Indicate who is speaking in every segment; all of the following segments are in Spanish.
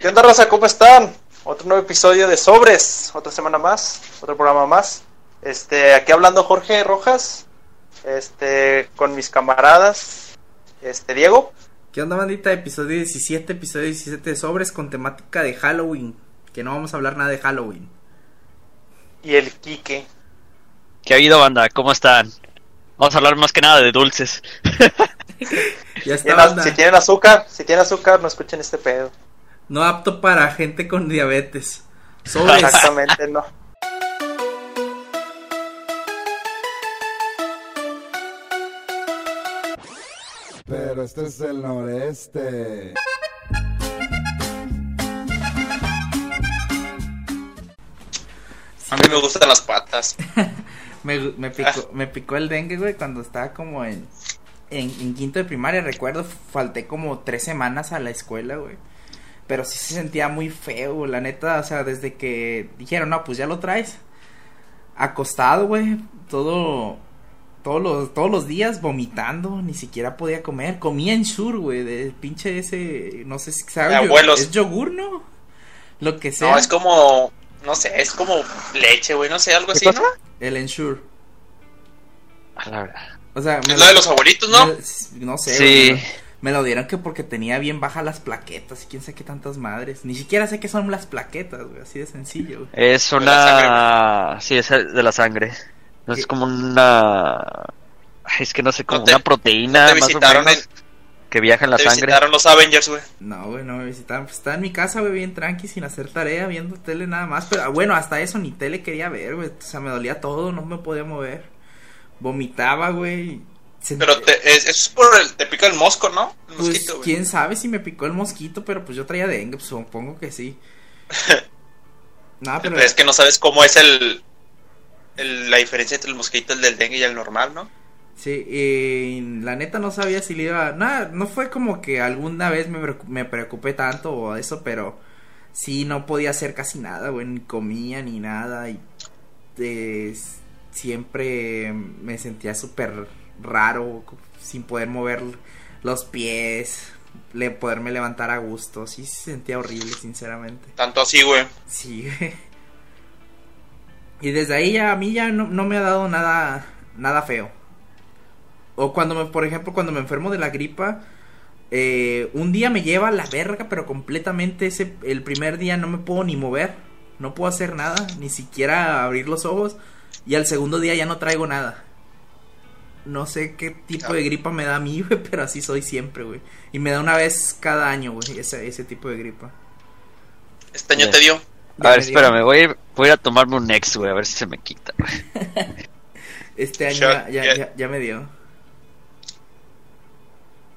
Speaker 1: ¿Qué onda, raza? ¿Cómo están? Otro nuevo episodio de Sobres, otra semana más, otro programa más. Este, aquí hablando Jorge Rojas, este, con mis camaradas, este, Diego.
Speaker 2: ¿Qué onda, bandita? Episodio 17, episodio 17 de Sobres con temática de Halloween, que no vamos a hablar nada de Halloween.
Speaker 1: Y el Quique.
Speaker 3: ¿Qué ha habido, banda? ¿Cómo están? Vamos a hablar más que nada de dulces.
Speaker 2: Ya
Speaker 1: Tienen
Speaker 2: está,
Speaker 1: az-
Speaker 2: banda.
Speaker 1: si tienen azúcar, si tienen azúcar, no escuchen este pedo.
Speaker 2: No apto para gente con diabetes.
Speaker 4: Pues,
Speaker 2: Sobres.
Speaker 1: Exactamente, no.
Speaker 5: Pero este es el noreste.
Speaker 1: A mí me gustan las patas.
Speaker 2: me, me picó, me picó el dengue, güey, cuando estaba como en, en, en quinto de primaria, recuerdo. Falté como tres semanas a la escuela, güey. Pero sí se sentía muy feo, la neta. O sea, desde que dijeron, no, pues ya lo traes. Acostado, güey. Todo. Todos los, todos los días vomitando, ni siquiera podía comer. Comía en sur, güey, de pinche ese. No sé si sabe.
Speaker 1: De
Speaker 2: yo-
Speaker 1: abuelos.
Speaker 2: Es yogur, ¿no? Lo que sea.
Speaker 4: No, es como, no sé, es como leche, güey, no sé, algo así, ¿no?
Speaker 2: El ensure.
Speaker 3: A la verdad.
Speaker 2: O sea, me
Speaker 4: Es la de los abuelitos, ¿no?
Speaker 2: Me- no sé.
Speaker 3: Sí.
Speaker 2: güey, Me lo dieron que porque tenía bien bajas las plaquetas y quién sabe qué tantas madres. Ni siquiera sé qué son las plaquetas, güey. Así de sencillo, güey.
Speaker 3: Es
Speaker 4: De la
Speaker 3: una... Sí, es de la sangre. No
Speaker 2: ¿Qué?
Speaker 3: es como una... Ay, Es que no sé, como
Speaker 4: No te-
Speaker 3: una proteína
Speaker 4: no te
Speaker 3: más o
Speaker 4: visitaron
Speaker 3: menos que viaja en la
Speaker 4: Te
Speaker 3: sangre.
Speaker 4: visitaron los Avengers, güey.
Speaker 2: No, güey, no me visitaban. Pues estaba en mi casa, güey, bien tranqui, sin hacer tarea, viendo tele nada más. Pero ah, bueno, hasta eso ni tele quería ver, güey. O sea, me dolía todo, no me podía mover. Vomitaba, güey. Sent-
Speaker 4: Pero te, es, es por el, te pica el mosco, ¿no? El
Speaker 2: Pues
Speaker 4: mosquito, güey.
Speaker 2: quién sabe si me picó el mosquito, pero pues yo traía dengue, pues, supongo que sí. Nada, pero.
Speaker 4: Es que no sabes cómo es el, el- la diferencia entre el mosquito, el del dengue y el normal, ¿no?
Speaker 2: Sí, y la neta no sabía si le iba. Nada, no fue como que alguna vez me, preocu- me preocupé tanto o eso, pero sí, no podía hacer casi nada, güey, ni comía ni nada. Y eh, s- siempre me sentía súper raro, co- sin poder mover los pies, le, poderme levantar a gusto. Sí, se sentía horrible, sinceramente.
Speaker 4: Tanto así, güey.
Speaker 2: Sí, güey. Y desde ahí ya a mí ya no, no me ha dado nada nada feo. O cuando me, por ejemplo, cuando me enfermo de la gripa, eh, un día me lleva a la verga, pero completamente ese el primer día no me puedo ni mover, no puedo hacer nada, ni siquiera abrir los ojos y al segundo día ya no traigo nada. No sé qué tipo de gripa me da a mí, güey, pero así soy siempre, güey. Y me da una vez cada año, güey, ese, ese tipo de gripa.
Speaker 4: Este año
Speaker 3: Ya.
Speaker 4: te dio.
Speaker 2: Ya
Speaker 3: A ver,
Speaker 2: me dio.
Speaker 3: espérame, voy a, ir, voy a ir a tomarme un ex, güey, a ver si se me quita.
Speaker 2: Este año ya,
Speaker 4: Ya-
Speaker 2: ya,
Speaker 4: ya-
Speaker 2: ya- ya me dio.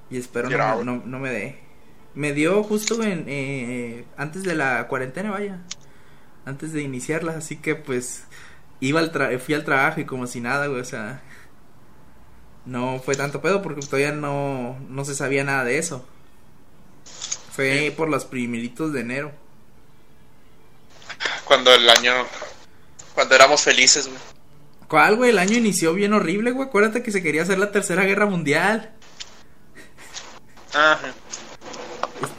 Speaker 2: Y espero
Speaker 4: Ya,
Speaker 2: no,
Speaker 4: güey.
Speaker 2: no, no me dé. Me dio justo en, eh, antes de la cuarentena, vaya. Antes de iniciarla, así que pues iba al tra- fui al trabajo y como si nada, güey, o sea, no fue tanto pedo porque todavía no, no se sabía nada de eso. Fue por los primeritos de enero.
Speaker 4: Cuando el año, cuando éramos felices, güey.
Speaker 2: ¿Cuál, güey? El año inició bien horrible, güey. Acuérdate que se quería hacer la tercera guerra mundial.
Speaker 4: Ajá.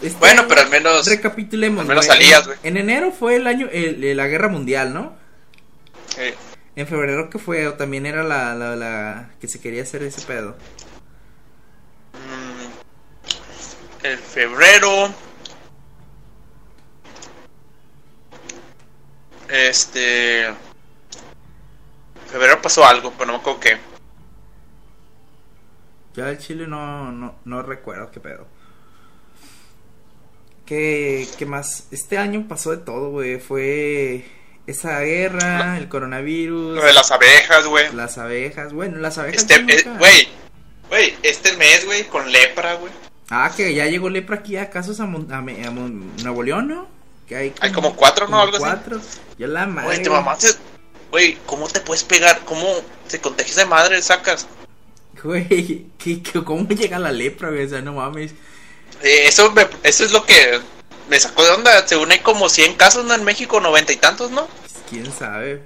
Speaker 2: Este
Speaker 4: Bueno,
Speaker 2: año-
Speaker 4: pero al menos,
Speaker 2: Recapitulemos.
Speaker 4: al menos
Speaker 2: güey.
Speaker 4: salías, güey.
Speaker 2: En enero fue el año, el- el- la guerra mundial, ¿no?
Speaker 4: eh,
Speaker 2: En febrero que fue, o también era la, la, la que se quería hacer ese pedo.
Speaker 4: mm, el febrero. Este. en Febrero pasó algo, pero no me acuerdo qué.
Speaker 2: Yo al chile no, no, no recuerdo qué pedo. ¿Qué, ¿Qué más? Este año pasó de todo, güey. Fue esa guerra, el coronavirus,
Speaker 4: Lo de las abejas, güey.
Speaker 2: las abejas. Bueno, las abejas.
Speaker 4: Este,
Speaker 2: güey,
Speaker 4: eh,
Speaker 2: nunca-
Speaker 4: güey. Güey, este mes, güey, con lepra, güey.
Speaker 2: Ah, que ya llegó lepra aquí a casos a, Mon- a Me- a Mon- Nuevo León, ¿no? Que hay
Speaker 4: Hay como cuatro, ¿no? Algo así.
Speaker 2: cuatro. Yo la madre.
Speaker 4: Güey, te
Speaker 2: güey.
Speaker 4: mamaste. Güey, ¿cómo te puedes pegar? ¿Cómo te contagias de madre, sacas?
Speaker 2: Güey, ¿qué- qué- cómo llega la lepra, güey? O sea, no mames.
Speaker 4: Eh, eso, me- eso es lo que me sacó de onda. Según hay como 100 casos, ¿no? En México, noventa y tantos, ¿no?
Speaker 2: Pues, ¿Quién sabe?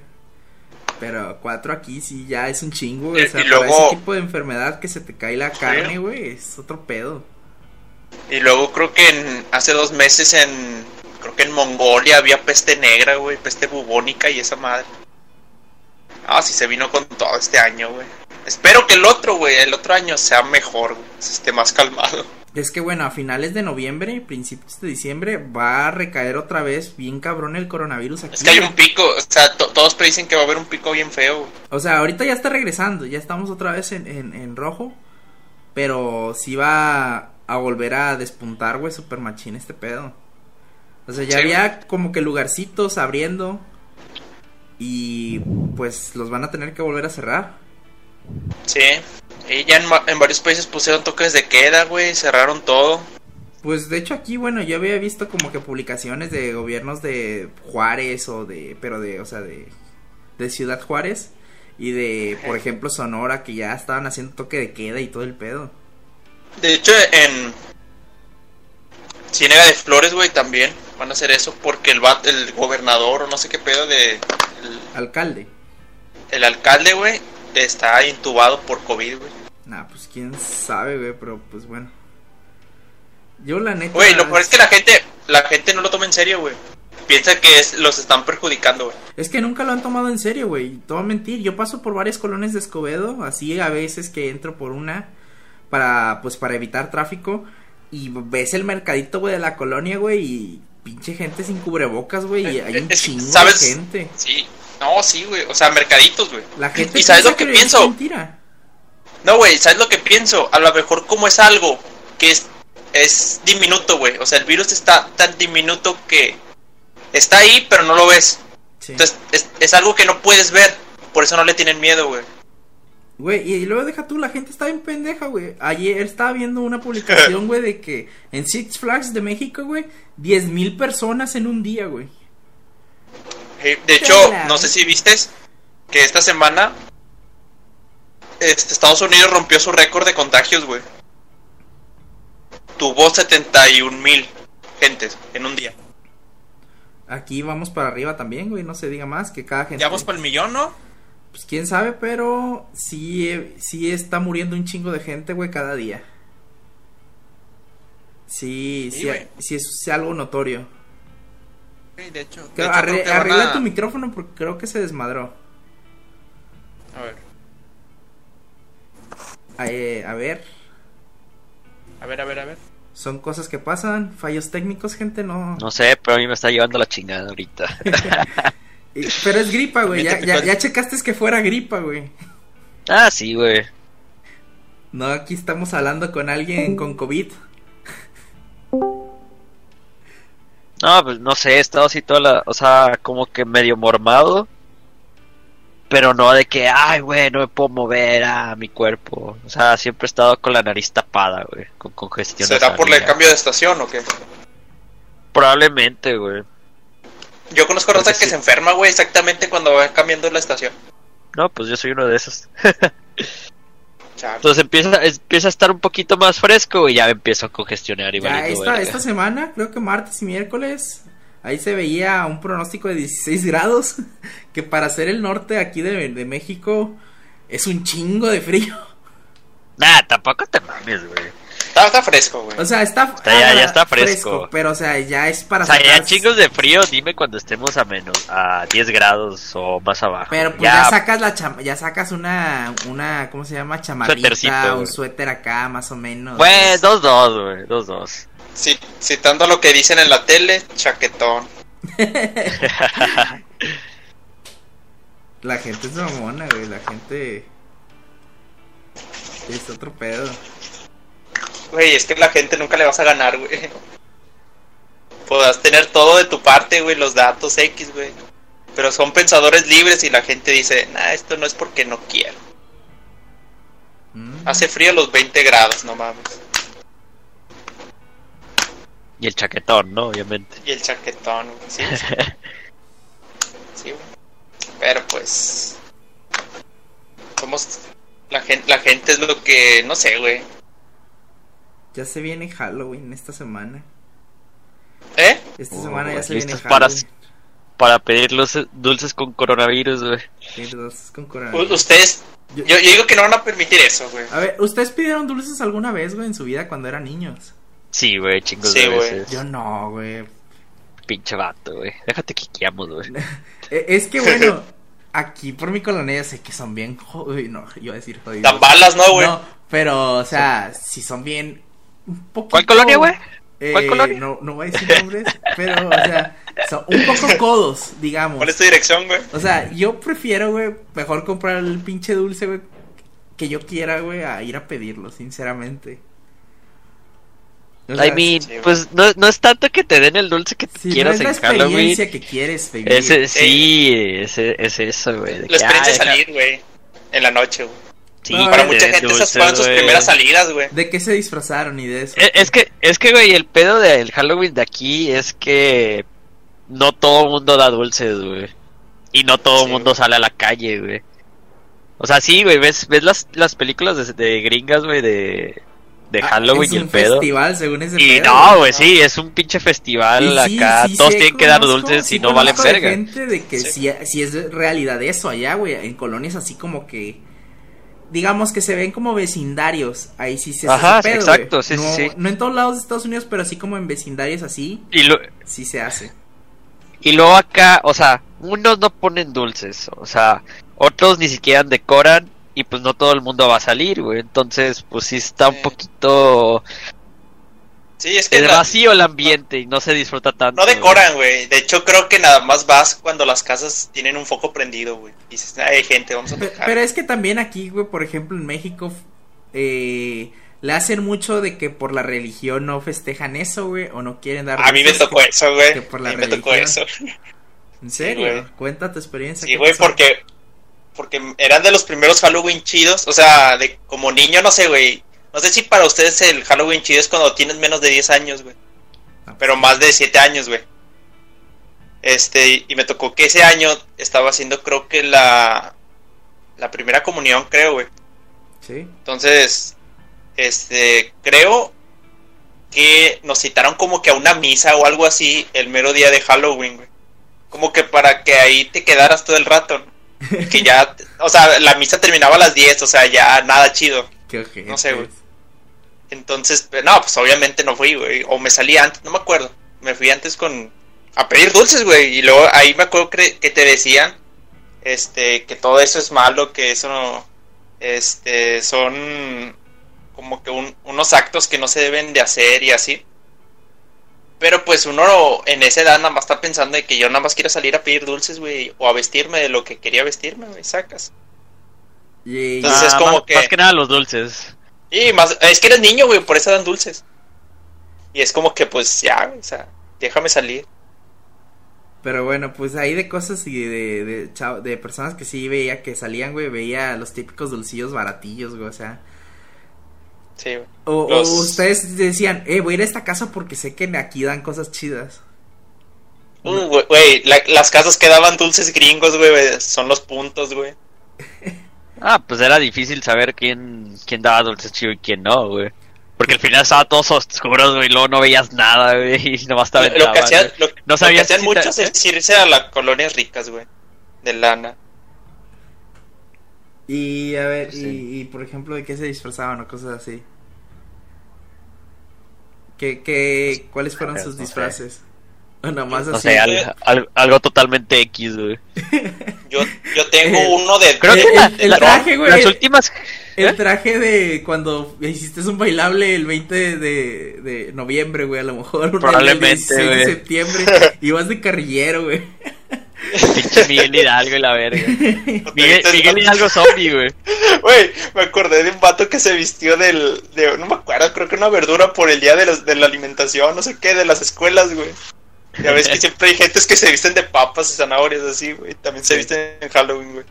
Speaker 2: Pero cuatro aquí sí ya es un chingo, güey. O
Speaker 4: Eh, Y-
Speaker 2: sea,
Speaker 4: y
Speaker 2: para
Speaker 4: luego-
Speaker 2: ese tipo de enfermedad que se te cae la carne, güey, es otro pedo.
Speaker 4: Y luego creo que en- hace dos meses en creo que en Mongolia había peste negra, güey, peste bubónica y esa madre. Ah, sí se vino con todo este año, güey. Espero que el otro, güey, el otro año sea mejor, güey, se esté más calmado.
Speaker 2: Es que bueno, a finales de noviembre, principios de diciembre, va a recaer otra vez bien cabrón el coronavirus aquí.
Speaker 4: Es que hay
Speaker 2: güey.
Speaker 4: un pico, o sea, to- todos predicen que va a haber un pico bien feo. güey.
Speaker 2: O sea, ahorita ya está regresando, ya estamos otra vez en, en, en rojo, pero sí va a volver a despuntar, güey, super machín este pedo. O sea, ya
Speaker 4: Sí,
Speaker 2: había como que lugarcitos abriendo y pues los van a tener que volver a cerrar.
Speaker 4: Sí. Y ya en, ma- en varios países pusieron toques de queda, güey, cerraron todo.
Speaker 2: Pues de hecho aquí, bueno, yo había visto como que publicaciones de gobiernos de Juárez o de, pero de, o sea, de, de Ciudad Juárez y de, por ejemplo, Sonora, que ya estaban haciendo toque de queda y todo el pedo.
Speaker 4: De hecho, en Ciénega de Flores, güey, también van a hacer eso porque el, va- el gobernador o no sé qué pedo de el,
Speaker 2: Alcalde.
Speaker 4: el alcalde, güey, está intubado por COVID, güey.
Speaker 2: Nah, pues quién sabe, güey, pero pues bueno. Yo la neta.
Speaker 4: Güey, lo peor es que la gente, la gente no lo toma en serio, güey. Piensa que es- los están perjudicando, güey.
Speaker 2: es que nunca lo han tomado en serio, güey. Todo mentir. Yo paso por varias colonias de Escobedo, así a veces que entro por una para pues para evitar tráfico y ves el mercadito, güey, de la colonia, güey, y pinche gente sin cubrebocas, güey, y hay un
Speaker 4: Eh, Es-
Speaker 2: chingo
Speaker 4: ¿sabes?
Speaker 2: de gente.
Speaker 4: Sí, no, sí, güey. O sea, mercaditos, güey.
Speaker 2: La gente
Speaker 4: ¿Y sabes
Speaker 2: piensa
Speaker 4: lo que
Speaker 2: es
Speaker 4: pienso?
Speaker 2: mentira.
Speaker 4: No, güey, ¿sabes lo que pienso? A lo mejor como es algo que es, es diminuto, güey. O sea, el virus está tan diminuto que está ahí, pero no lo ves.
Speaker 2: Sí.
Speaker 4: Entonces, es, es algo que no puedes ver. Por eso no le tienen miedo, güey.
Speaker 2: Güey, y, y luego deja tú, la gente está bien pendeja, güey. Ayer estaba viendo una publicación, güey, de que en Six Flags de México, güey, 10 mil personas en un día, güey.
Speaker 4: Eh, De hecho,
Speaker 2: Claro.
Speaker 4: no sé si vistes que esta semana este, Estados Unidos rompió su récord de contagios, güey. Tuvo 71 mil gentes en un día.
Speaker 2: Aquí vamos para arriba también, güey, no se diga más que cada gente.
Speaker 4: Ya vamos para el millón, ¿no?
Speaker 2: Pues quién sabe, pero sí, eh, sí está muriendo un chingo de gente, güey, cada día. Sí,
Speaker 4: Sí,
Speaker 2: sí,
Speaker 4: güey.
Speaker 2: sí, es sí, algo notorio.
Speaker 4: Sí, de hecho.
Speaker 2: Creo- arre- arregla tu micrófono porque creo que se desmadró.
Speaker 4: A ver,
Speaker 2: Ah, eh, a ver,
Speaker 4: a ver, a ver, a ver.
Speaker 2: son cosas que pasan, fallos técnicos, gente, no.
Speaker 3: No sé, pero a mí me está llevando la chingada ahorita.
Speaker 2: Y- Eh, Pero es gripa, güey. Ya,
Speaker 4: Mientras
Speaker 2: ya,
Speaker 4: te-
Speaker 2: ya checaste que fuera gripa, güey.
Speaker 3: ah, sí, güey.
Speaker 2: No, aquí estamos hablando con alguien con COVID.
Speaker 3: No, pues no sé, he estado así toda la. O sea, como que medio mormado. Pero no de que, ay, güey, no me puedo mover a mi cuerpo. O sea, siempre he estado con la nariz tapada, güey. Con congestión.
Speaker 4: ¿Será por el
Speaker 3: nasal,
Speaker 4: cambio de estación o qué?
Speaker 3: ya. Probablemente, güey.
Speaker 4: Yo conozco
Speaker 3: Porque
Speaker 4: raza que
Speaker 3: sí.
Speaker 4: se enferma, güey, exactamente cuando va cambiando la estación.
Speaker 3: No, pues yo soy uno de esos.
Speaker 4: Chale.
Speaker 3: Entonces empieza, empieza a estar un poquito más fresco y ya me empiezo a congestionar y
Speaker 2: Ya
Speaker 3: valiendo
Speaker 2: esta,
Speaker 3: verga.
Speaker 2: esta semana, creo que martes y miércoles, ahí se veía un pronóstico de 16 grados. Que para ser el norte aquí de, de México es un chingo de frío.
Speaker 3: Nah, tampoco te mames, güey.
Speaker 4: Está, está fresco, güey.
Speaker 2: O sea, está. ah,
Speaker 3: Está ya- ya está fresco.
Speaker 2: Pero, o sea, ya es para.
Speaker 3: O sea, ya
Speaker 2: sacar-
Speaker 3: chingos de frío, dime cuando estemos a menos, a 10 grados o más abajo.
Speaker 2: Pero pues ya, sacas la chama- ya sacas una, una, ¿cómo se llama? Chamarrita,
Speaker 3: Suétercito, Pues,
Speaker 2: un
Speaker 3: güey.
Speaker 2: suéter acá, más o menos.
Speaker 3: Güey, 2-2, güey, 2-2.
Speaker 4: Ci- citando lo que dicen en la tele, chaquetón.
Speaker 2: La gente es mamona, güey. La gente. Es otro pedo.
Speaker 4: Güey, es que la gente nunca le vas a ganar, güey. Podrás tener todo de tu parte, güey, los datos X, güey. Pero son pensadores libres y la gente dice, nah, esto no es porque no quiero.
Speaker 2: Mm.
Speaker 4: Hace frío a los 20 grados, no mames.
Speaker 3: Y el chaquetón, ¿no? Obviamente.
Speaker 4: Y el chaquetón, güey, sí. sí. Sí, güey. Pero pues. Somos. La gente, la gente es lo que. No sé, güey.
Speaker 2: Ya se viene Halloween esta semana.
Speaker 4: ¿Eh?
Speaker 2: Esta
Speaker 3: Oh,
Speaker 2: semana ya
Speaker 3: güey,
Speaker 2: se viene
Speaker 3: listos para-
Speaker 2: Halloween.
Speaker 3: Para pedir luces- dulces con coronavirus, güey.
Speaker 2: Sí, dulces con
Speaker 3: Pues,
Speaker 4: U-
Speaker 2: coronavirus.
Speaker 4: ustedes.
Speaker 2: Yo- Ah,
Speaker 4: Yo, yo digo que no van a permitir eso, güey.
Speaker 2: A ver, ¿ustedes pidieron dulces alguna vez, güey, en su vida cuando eran niños?
Speaker 3: Sí, güey, chingos
Speaker 4: Sí,
Speaker 3: de
Speaker 4: güey.
Speaker 3: veces.
Speaker 2: Yo no, güey.
Speaker 3: pinche vato, güey. Déjate que quiqueamos, güey.
Speaker 2: Eh, Es que bueno, aquí por mi colonia sé que son bien. jo- uy, No, yo iba a decir jodidos.
Speaker 4: Tan balas, ¿no, güey?
Speaker 2: No, pero, o sea, si son bien. un poquito-
Speaker 3: ¿Cuál colonia, güey?
Speaker 2: Eh,
Speaker 3: ¿Cuál colonia?
Speaker 2: No, no voy a decir nombres, pero, o sea, son un poco codos, digamos.
Speaker 4: ¿Cuál es tu dirección, güey?
Speaker 2: O sea, yo prefiero, güey, mejor comprar el pinche dulce, güey, que yo quiera, güey, a ir a pedirlo, sinceramente. O sea,
Speaker 3: I mean,
Speaker 4: sí, güey.
Speaker 3: pues no, no es tanto que te den el dulce que
Speaker 2: si no
Speaker 3: quieras
Speaker 2: es la
Speaker 3: en Halloween.
Speaker 2: experiencia que quieres vivir.
Speaker 3: Ese, sí, ese, es eso, güey. de
Speaker 4: La
Speaker 3: que,
Speaker 4: experiencia de
Speaker 3: ah, deja-
Speaker 4: salir, güey. En la noche, güey.
Speaker 3: Sí,
Speaker 2: No,
Speaker 4: Para
Speaker 2: eh,
Speaker 3: que
Speaker 4: mucha
Speaker 3: te den
Speaker 4: gente esas
Speaker 3: Ah, dulces,
Speaker 4: fueron sus
Speaker 3: güey.
Speaker 4: primeras salidas, güey.
Speaker 2: ¿De qué se disfrazaron y de eso?
Speaker 3: Eh, Es que, es que, güey, el pedo del Halloween de aquí es que no todo el mundo da dulces, güey. Y no todo el
Speaker 4: Sí,
Speaker 3: mundo sale a la calle, güey. O sea, sí, güey, ves, ves las, las películas de, de gringas, güey, de, de
Speaker 2: Ah,
Speaker 3: Halloween
Speaker 2: es
Speaker 3: y el
Speaker 2: un
Speaker 3: pedo.
Speaker 2: festival, según ese
Speaker 3: Y
Speaker 2: pedo,
Speaker 3: no, güey, sí, es un pinche festival
Speaker 2: Y sí,
Speaker 3: acá.
Speaker 2: sí
Speaker 3: Todos
Speaker 2: sé,
Speaker 3: tienen que dar
Speaker 2: conozco-
Speaker 3: dulces
Speaker 2: sí
Speaker 3: y no valen
Speaker 2: conozco de
Speaker 3: verga.
Speaker 2: gente de que
Speaker 4: Sí.
Speaker 2: sí. sí es realidad eso allá, güey, en colonias así como que digamos que se ven como vecindarios, ahí sí se hace
Speaker 3: Ajá,
Speaker 2: ese pedo,
Speaker 3: exacto,
Speaker 2: güey.
Speaker 3: sí, sí,
Speaker 2: no,
Speaker 3: sí.
Speaker 2: No en todos lados de Estados Unidos, pero así como en vecindarios así,
Speaker 3: Y, lo,
Speaker 2: sí se hace.
Speaker 3: y luego acá, o sea, unos no ponen dulces, o sea, otros ni siquiera decoran y pues no todo el mundo va a salir, güey. Entonces, pues sí está un
Speaker 4: Sí.
Speaker 3: poquito
Speaker 4: Sí, es que
Speaker 3: es
Speaker 4: la-
Speaker 3: vacío el ambiente y no se disfruta tanto.
Speaker 4: no decoran, güey. De hecho, creo que nada más vas cuando las casas tienen un foco prendido, güey. Dices, "Ah, hay gente, vamos a
Speaker 2: Pe-
Speaker 4: tocar.
Speaker 2: Pero es que también aquí, güey, por ejemplo, en México eh, le hacen mucho de que por la religión no festejan eso, güey, o no quieren dar
Speaker 4: a mí me
Speaker 2: dulces,
Speaker 4: tocó
Speaker 2: que-
Speaker 4: eso,
Speaker 2: que
Speaker 4: güey.
Speaker 2: por
Speaker 4: A
Speaker 2: la
Speaker 4: mí me tocó eso.
Speaker 2: religión. ¿En serio?
Speaker 4: güey.
Speaker 2: Cuenta tu experiencia.
Speaker 4: Sí,
Speaker 2: ¿qué
Speaker 4: güey,
Speaker 2: pasó?
Speaker 4: porque porque eran de los primeros Halloween chidos, o sea, de como niño no sé, güey. No sé si para ustedes el Halloween chido es cuando tienes menos de 10 años, güey,
Speaker 2: No,
Speaker 4: pero más de 7 años, güey. Este, y me tocó que ese año estaba haciendo creo que la la primera comunión, creo, güey.
Speaker 2: Sí.
Speaker 4: Entonces, este, creo que nos citaron como que a una misa o algo así el mero día de Halloween, güey. Como que para que ahí te quedaras todo el rato. ¿no? Y Que ya, o sea, la misa terminaba a las 10, o sea, ya nada chido.
Speaker 2: Qué ojete.
Speaker 4: No sé, güey. Entonces, pues, no, pues obviamente no fui, güey. O me salí antes, no me acuerdo. Me fui antes con... A pedir dulces, güey. Y luego ahí me acuerdo cre- que te decían, este, que todo eso es malo, que eso no... Este, son como que un- unos actos que no se deben de hacer y así. Pero pues uno en esa edad nada más está pensando de que yo nada más quiero salir a pedir dulces, güey. O a vestirme de lo que quería vestirme, güey. Sacas.
Speaker 2: Y-
Speaker 4: Entonces es como
Speaker 3: Ah, más,
Speaker 4: que-
Speaker 3: más que nada los dulces.
Speaker 4: Y más, es que eres niño, güey, por eso dan dulces. Y es como que, pues, ya, o sea, déjame salir.
Speaker 2: pero bueno, pues ahí de cosas y de, de, chao- de personas que sí veía que salían, güey, veía los típicos dulcillos baratillos, güey, o sea.
Speaker 4: Sí, güey.
Speaker 2: O, o
Speaker 4: Los-
Speaker 2: ustedes decían, eh, voy a ir a esta casa porque sé que aquí dan cosas chidas.
Speaker 4: Uh, güey, güey, la- las casas que daban dulces gringos, güey, son los puntos, güey.
Speaker 3: Ah, pues era difícil saber quién, quién daba dulces chido y quién no, güey. Porque al final estaba todos oscuros, güey, y luego no veías nada, güey, y nomás te
Speaker 4: Lo, lo que
Speaker 3: aventaban,
Speaker 4: hacían,
Speaker 3: güey.
Speaker 4: lo, lo que
Speaker 3: sabías
Speaker 4: hacían
Speaker 3: si te- ¿eh?
Speaker 4: muchos es irse a las colonias ricas, güey, de lana.
Speaker 2: Y a ver,
Speaker 3: Sí.
Speaker 2: y, y, por ejemplo, ¿de qué se disfrazaban o cosas así? ¿Qué, qué, ¿Cuáles fueron
Speaker 3: Pues, no
Speaker 2: sus
Speaker 3: sé.
Speaker 2: disfraces? O nomás
Speaker 3: No
Speaker 2: así.
Speaker 3: sé,
Speaker 4: güey.
Speaker 3: al- al- algo totalmente X, güey. Eh,
Speaker 4: Yo, yo tengo uno de...
Speaker 3: Creo
Speaker 4: de-
Speaker 3: que la-
Speaker 2: el, el
Speaker 3: la-
Speaker 2: traje, güey.
Speaker 3: Las últimas...
Speaker 2: El
Speaker 3: ¿Eh?
Speaker 2: traje de cuando hiciste un bailable el 20 de, de- de noviembre, güey, a lo mejor. o
Speaker 3: Probablemente,
Speaker 2: El 16 de
Speaker 3: güey.
Speaker 2: septiembre. Y vas de carrillero, güey.
Speaker 3: Pinche Miguel Hidalgo y la verga. Miguel,
Speaker 4: Entonces,
Speaker 3: Miguel Hidalgo zombie, güey.
Speaker 4: Güey, me acordé de un vato que se vistió del... De, no me acuerdo, creo que una verdura por el día de, los- de la alimentación, no sé qué, de las escuelas, güey. Ya ves que siempre hay gentes que se visten de papas y zanahorias así, güey. También se visten en Halloween, güey.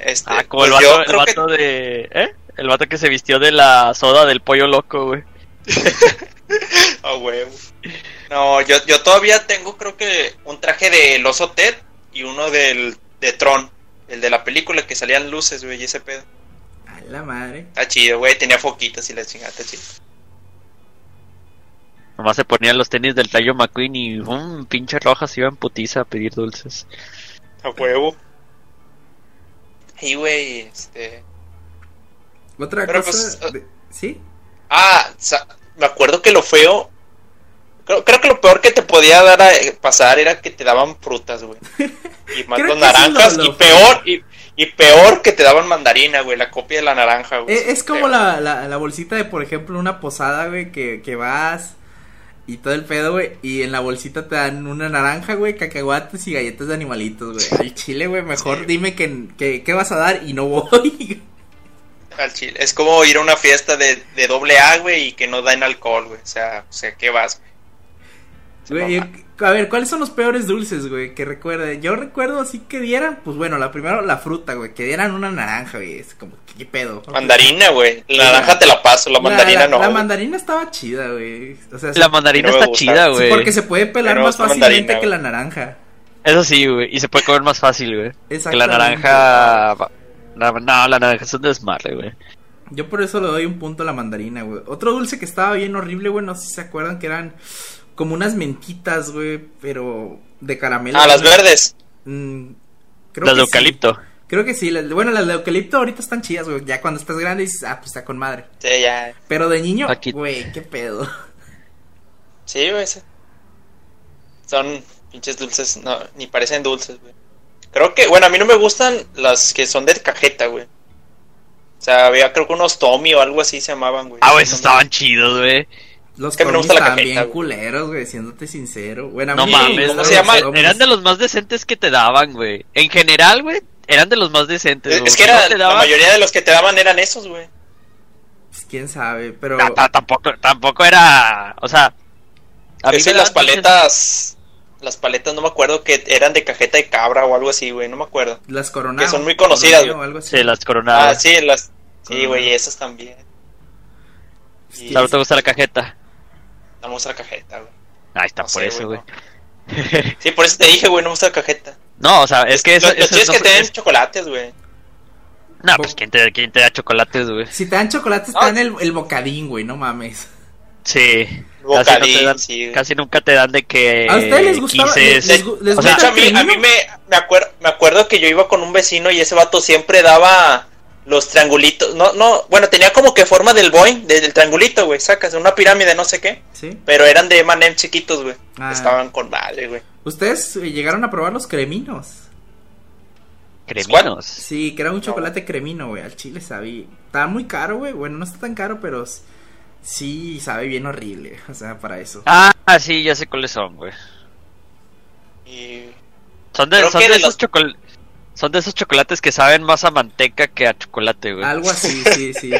Speaker 4: Este,
Speaker 3: Ah, como el
Speaker 4: pues
Speaker 3: vato, el
Speaker 4: creo que-
Speaker 3: vato de... ¿Eh? El vato que se vistió de la soda del pollo loco, güey.
Speaker 4: Ah, huevo. No, yo, yo todavía tengo creo que un traje del oso Ted y uno del de Tron, el de la película que salían luces, güey, y ese pedo.
Speaker 2: A la madre.
Speaker 4: Está chido, güey, tenía foquitas y la chingada, está chido.
Speaker 3: Nomás se ponían los tenis del Tayo McQueen y um, pinche rojas iban putiza a pedir dulces.
Speaker 4: A huevo. Y güey, este,
Speaker 2: Otra
Speaker 4: Pero
Speaker 2: cosa.
Speaker 3: ah,
Speaker 4: pues,
Speaker 2: de- ¿Sí?
Speaker 4: ah, sa- me acuerdo que lo feo Creo, creo que lo peor que te podía dar a eh, pasar era que te daban frutas, güey. Y más
Speaker 2: Creo
Speaker 4: los
Speaker 2: que eso es
Speaker 4: naranjas.
Speaker 2: lo-
Speaker 4: y
Speaker 2: lo
Speaker 4: peor, y, y peor que te daban mandarina, güey. La copia de la naranja, güey.
Speaker 3: pues,
Speaker 2: Es, Eh, E, es como
Speaker 3: este,
Speaker 4: Peor.
Speaker 2: la, la, la bolsita de, por ejemplo, una posada, güey, que, que vas y todo el pedo, güey, y en la bolsita te dan una naranja, güey, cacahuates y galletas de animalitos, güey. Al chile, güey, mejor dime que, que, qué vas a dar y no voy.
Speaker 4: Al chile. Es como ir a una fiesta de, de doble A, güey, y que no dan alcohol, güey. O sea, o sea, ¿qué vas, güey? Se
Speaker 2: Güey,
Speaker 4: mamaron.
Speaker 2: a ver, ¿cuáles son los peores dulces, güey, que recuerden? Yo recuerdo así que dieran, pues bueno, la primero, la fruta, güey, que dieran una naranja, güey, es como, ¿qué, qué pedo?
Speaker 4: Mandarina, güey. La naranja te la paso, la mandarina
Speaker 2: la-
Speaker 4: no.
Speaker 2: La
Speaker 4: güey. Ah,
Speaker 2: mandarina estaba chida, güey. O sea,
Speaker 3: La
Speaker 2: sí-
Speaker 3: mandarina
Speaker 4: no me
Speaker 3: está
Speaker 4: gusta.
Speaker 3: chida,
Speaker 4: Sí,
Speaker 2: sí,
Speaker 3: güey.
Speaker 2: porque se puede pelar
Speaker 4: Pero
Speaker 2: más
Speaker 4: está
Speaker 2: fácilmente
Speaker 4: mandarina,
Speaker 2: que
Speaker 4: güey.
Speaker 2: la naranja.
Speaker 3: Eso sí, güey. Y se puede comer más fácil, güey. Que la
Speaker 2: Exactamente.
Speaker 3: naranja. va- la- No, la naranja es un desmadre, güey.
Speaker 2: Yo por eso le doy un punto a la mandarina, güey. Otro dulce que estaba bien horrible, güey, no sé si se acuerdan que eran como unas mentitas, güey, pero de caramelo.
Speaker 4: Ah, las
Speaker 2: güey.
Speaker 4: verdes.
Speaker 2: Mm, creo
Speaker 3: Las
Speaker 2: que sí.
Speaker 3: de eucalipto.
Speaker 2: Creo que sí. las- bueno, las de eucalipto ahorita están chidas, güey. Ya cuando estás grande dices, ah, pues está con madre.
Speaker 4: Sí, ya.
Speaker 2: Pero de niño,
Speaker 3: Aquí-
Speaker 2: güey, qué pedo.
Speaker 4: Sí, güey. sí. Son pinches dulces, no, ni parecen dulces, güey. Creo que, bueno, a mí no me gustan las que son de cajeta, güey. O sea, había creo que unos Tommy o algo así se llamaban, güey.
Speaker 3: Ah, güey, esos estaban chidos, güey.
Speaker 2: Los
Speaker 4: que a mí me
Speaker 2: Tommy
Speaker 4: gusta la
Speaker 2: estaban
Speaker 4: cajeta,
Speaker 2: bien
Speaker 4: güey.
Speaker 2: culeros, güey, siéndote sincero. Bueno, a
Speaker 3: No
Speaker 2: mí
Speaker 3: mames,
Speaker 2: me
Speaker 4: ¿cómo
Speaker 3: güey.
Speaker 4: se llama?
Speaker 2: gustaron los
Speaker 3: Eran
Speaker 2: Tommys.
Speaker 3: de los más decentes que te daban, güey. En general, güey, eran de los más decentes.
Speaker 4: Es,
Speaker 3: güey.
Speaker 4: es que
Speaker 3: No
Speaker 4: era,
Speaker 3: te
Speaker 4: la
Speaker 3: daban-
Speaker 4: mayoría de los que te daban eran esos, güey.
Speaker 2: Pues, quién sabe, pero...
Speaker 3: Ta- ta- tampoco, tampoco era. O sea. A
Speaker 4: Eso y
Speaker 3: me
Speaker 4: las
Speaker 3: daban dulces-
Speaker 4: paletas, las paletas no me acuerdo que eran de cajeta de cabra o algo así, güey, no me acuerdo.
Speaker 2: Las coronadas.
Speaker 4: que son muy conocidas, güey.
Speaker 3: Sí, las
Speaker 4: Ah,
Speaker 3: coronadas.
Speaker 4: sí, las, sí,
Speaker 3: Ah.
Speaker 2: Con-
Speaker 4: güey, esas también. Y
Speaker 3: Solo te gusta la cajeta.
Speaker 4: no me gusta la cajeta, güey.
Speaker 3: Ahí está,
Speaker 4: No
Speaker 3: por
Speaker 4: sé,
Speaker 3: eso,
Speaker 4: güey,
Speaker 3: güey.
Speaker 4: Sí, por eso te dije, güey, no me gusta la cajeta.
Speaker 3: No, o sea, es que eso.
Speaker 4: Los, los
Speaker 3: eso
Speaker 4: chidos
Speaker 3: no-
Speaker 4: que te den chocolates, güey.
Speaker 3: No, pues ¿quién te, quién te da chocolates, güey?
Speaker 2: Si te dan chocolates,
Speaker 4: No.
Speaker 2: te dan el, el bocadín, güey, no mames.
Speaker 3: Sí. casi, no
Speaker 4: Bocadín,
Speaker 3: te dan-
Speaker 4: sí, güey.
Speaker 3: casi nunca te dan de que.
Speaker 2: ¿A ustedes les gustaba- les-
Speaker 3: quises.
Speaker 2: les gu- les
Speaker 3: o
Speaker 4: De
Speaker 3: sea,
Speaker 4: hecho, a
Speaker 2: gustaba?
Speaker 4: mí, a mí me, me, acuer- me acuerdo que yo iba con un vecino y ese vato siempre daba los triangulitos. No, no, bueno, tenía como que forma del Boeing, de- del triangulito, güey, sacas, una pirámide, no sé qué.
Speaker 2: ¿Sí?
Speaker 4: Pero eran de M&M chiquitos, güey.
Speaker 2: Ah.
Speaker 4: Estaban con madre, güey.
Speaker 2: ¿Ustedes eh, llegaron a probar los creminos?
Speaker 3: creminos.
Speaker 2: Sí, que era un chocolate cremino, güey, al chile sabía. Estaba muy caro, güey, bueno, no está tan caro, pero s- sí sabe bien horrible, o sea, para eso.
Speaker 3: Ah, sí, ya sé cuáles son, güey.
Speaker 4: Y
Speaker 3: Son de,
Speaker 4: Creo
Speaker 3: son
Speaker 4: que
Speaker 3: de
Speaker 4: de
Speaker 3: esos chocol- Son de esos chocolates que saben más a manteca que a chocolate, güey.
Speaker 2: Algo así, sí, sí.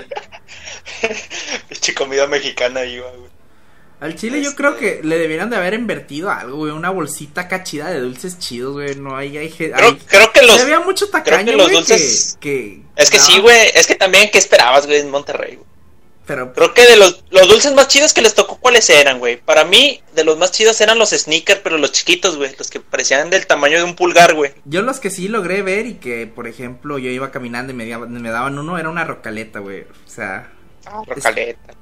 Speaker 4: pinche comida mexicana iba, güey.
Speaker 2: Al chile yo creo que le debieran de haber invertido algo, güey, una bolsita cachida de dulces chidos, güey, no hay... hay, ge-
Speaker 4: Creo,
Speaker 2: hay-
Speaker 4: creo que los...
Speaker 2: Se había mucho tacaño,
Speaker 4: que
Speaker 2: güey,
Speaker 4: los
Speaker 2: que,
Speaker 4: dulces-
Speaker 2: que-
Speaker 4: Es que
Speaker 2: no,
Speaker 4: sí, güey. Es que también, ¿qué esperabas, güey, en Monterrey? güey?
Speaker 2: Pero,
Speaker 4: Creo que de los, los dulces más chidos que les tocó, ¿cuáles eran, güey? Para mí, de los más chidos eran los sneakers, pero los chiquitos, güey. Los que parecían del tamaño de un pulgar, güey.
Speaker 2: Yo los que sí logré ver y que, por ejemplo, yo iba caminando y me, daba- me daban uno, era una rocaleta, güey. O sea,
Speaker 4: Rocaleta.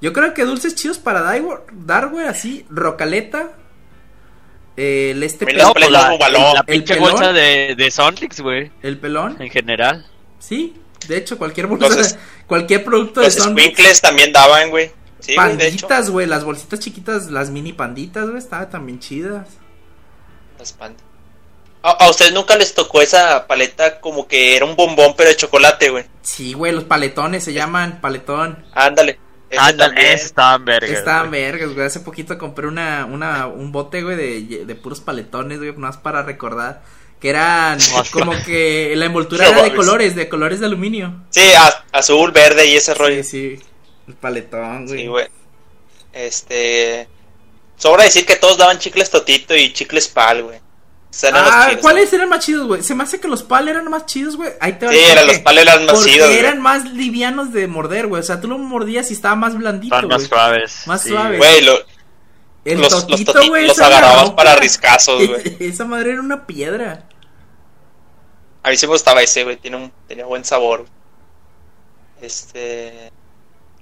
Speaker 2: yo creo que dulces chidos para dar- dar, güey, así, rocaleta, eh, el este
Speaker 4: Mira,
Speaker 2: pelón,
Speaker 3: No,
Speaker 4: Las
Speaker 3: pues
Speaker 4: paletas
Speaker 3: la,
Speaker 4: Bubalón.
Speaker 3: la
Speaker 2: El
Speaker 3: pinche
Speaker 2: pelón.
Speaker 3: bolsa de, de Sonrix, güey,
Speaker 2: el pelón,
Speaker 3: en general.
Speaker 2: sí, de hecho, cualquier bolsa, de-
Speaker 4: Entonces,
Speaker 2: cualquier producto de
Speaker 4: Los
Speaker 2: pues son
Speaker 4: squinkles también daban, güey. Sí, güey, de hecho.
Speaker 2: panditas, güey, las bolsitas chiquitas, las mini panditas, güey, estaban también chidas.
Speaker 4: Las pandas. ¿A, a ustedes nunca les tocó esa paleta como que era un bombón, pero de chocolate, güey?
Speaker 2: Sí, güey, los paletones se llaman, paletón.
Speaker 4: Ándale. Ese
Speaker 2: Ah,
Speaker 3: Ándale,
Speaker 4: también.
Speaker 3: esos estaban vergas.
Speaker 2: Estaban
Speaker 3: güey.
Speaker 2: vergas, güey. Hace poquito compré una, una, un bote, güey, de, de puros paletones, güey, más para recordar. Que eran como que la envoltura
Speaker 4: No
Speaker 2: era de
Speaker 4: mames.
Speaker 2: colores, de colores de aluminio.
Speaker 4: Sí, a- azul, verde y ese rollo.
Speaker 2: Sí, sí. El paletón, güey.
Speaker 4: Sí, güey. Este. Sobra decir que todos daban chicles Totito y chicles Pal, güey. Esos eran los
Speaker 2: Ah,
Speaker 4: chidos,
Speaker 2: ¿cuáles eran más chidos, güey? Se me hace que los pal eran más chidos, güey. Ahí te va
Speaker 4: güey.
Speaker 2: el
Speaker 4: Sí, eran
Speaker 2: porqué.
Speaker 4: los Pal eran más
Speaker 2: Porque
Speaker 4: chidos, güey.
Speaker 2: eran más livianos de morder, güey. O sea, tú lo mordías y estaba más blandito,
Speaker 3: Estaban
Speaker 2: güey.
Speaker 3: más suaves.
Speaker 2: Más
Speaker 3: sí,
Speaker 2: suaves.
Speaker 4: Güey, lo-
Speaker 2: El
Speaker 4: los, los
Speaker 2: totito,
Speaker 4: Totitos
Speaker 2: güey,
Speaker 4: los
Speaker 2: esa era la
Speaker 4: agarrabas para
Speaker 2: roca.
Speaker 4: riscazos, güey.
Speaker 2: Esa madre era una piedra.
Speaker 4: A mí sí me gustaba ese, güey. Tiene un, tenía buen sabor. Este.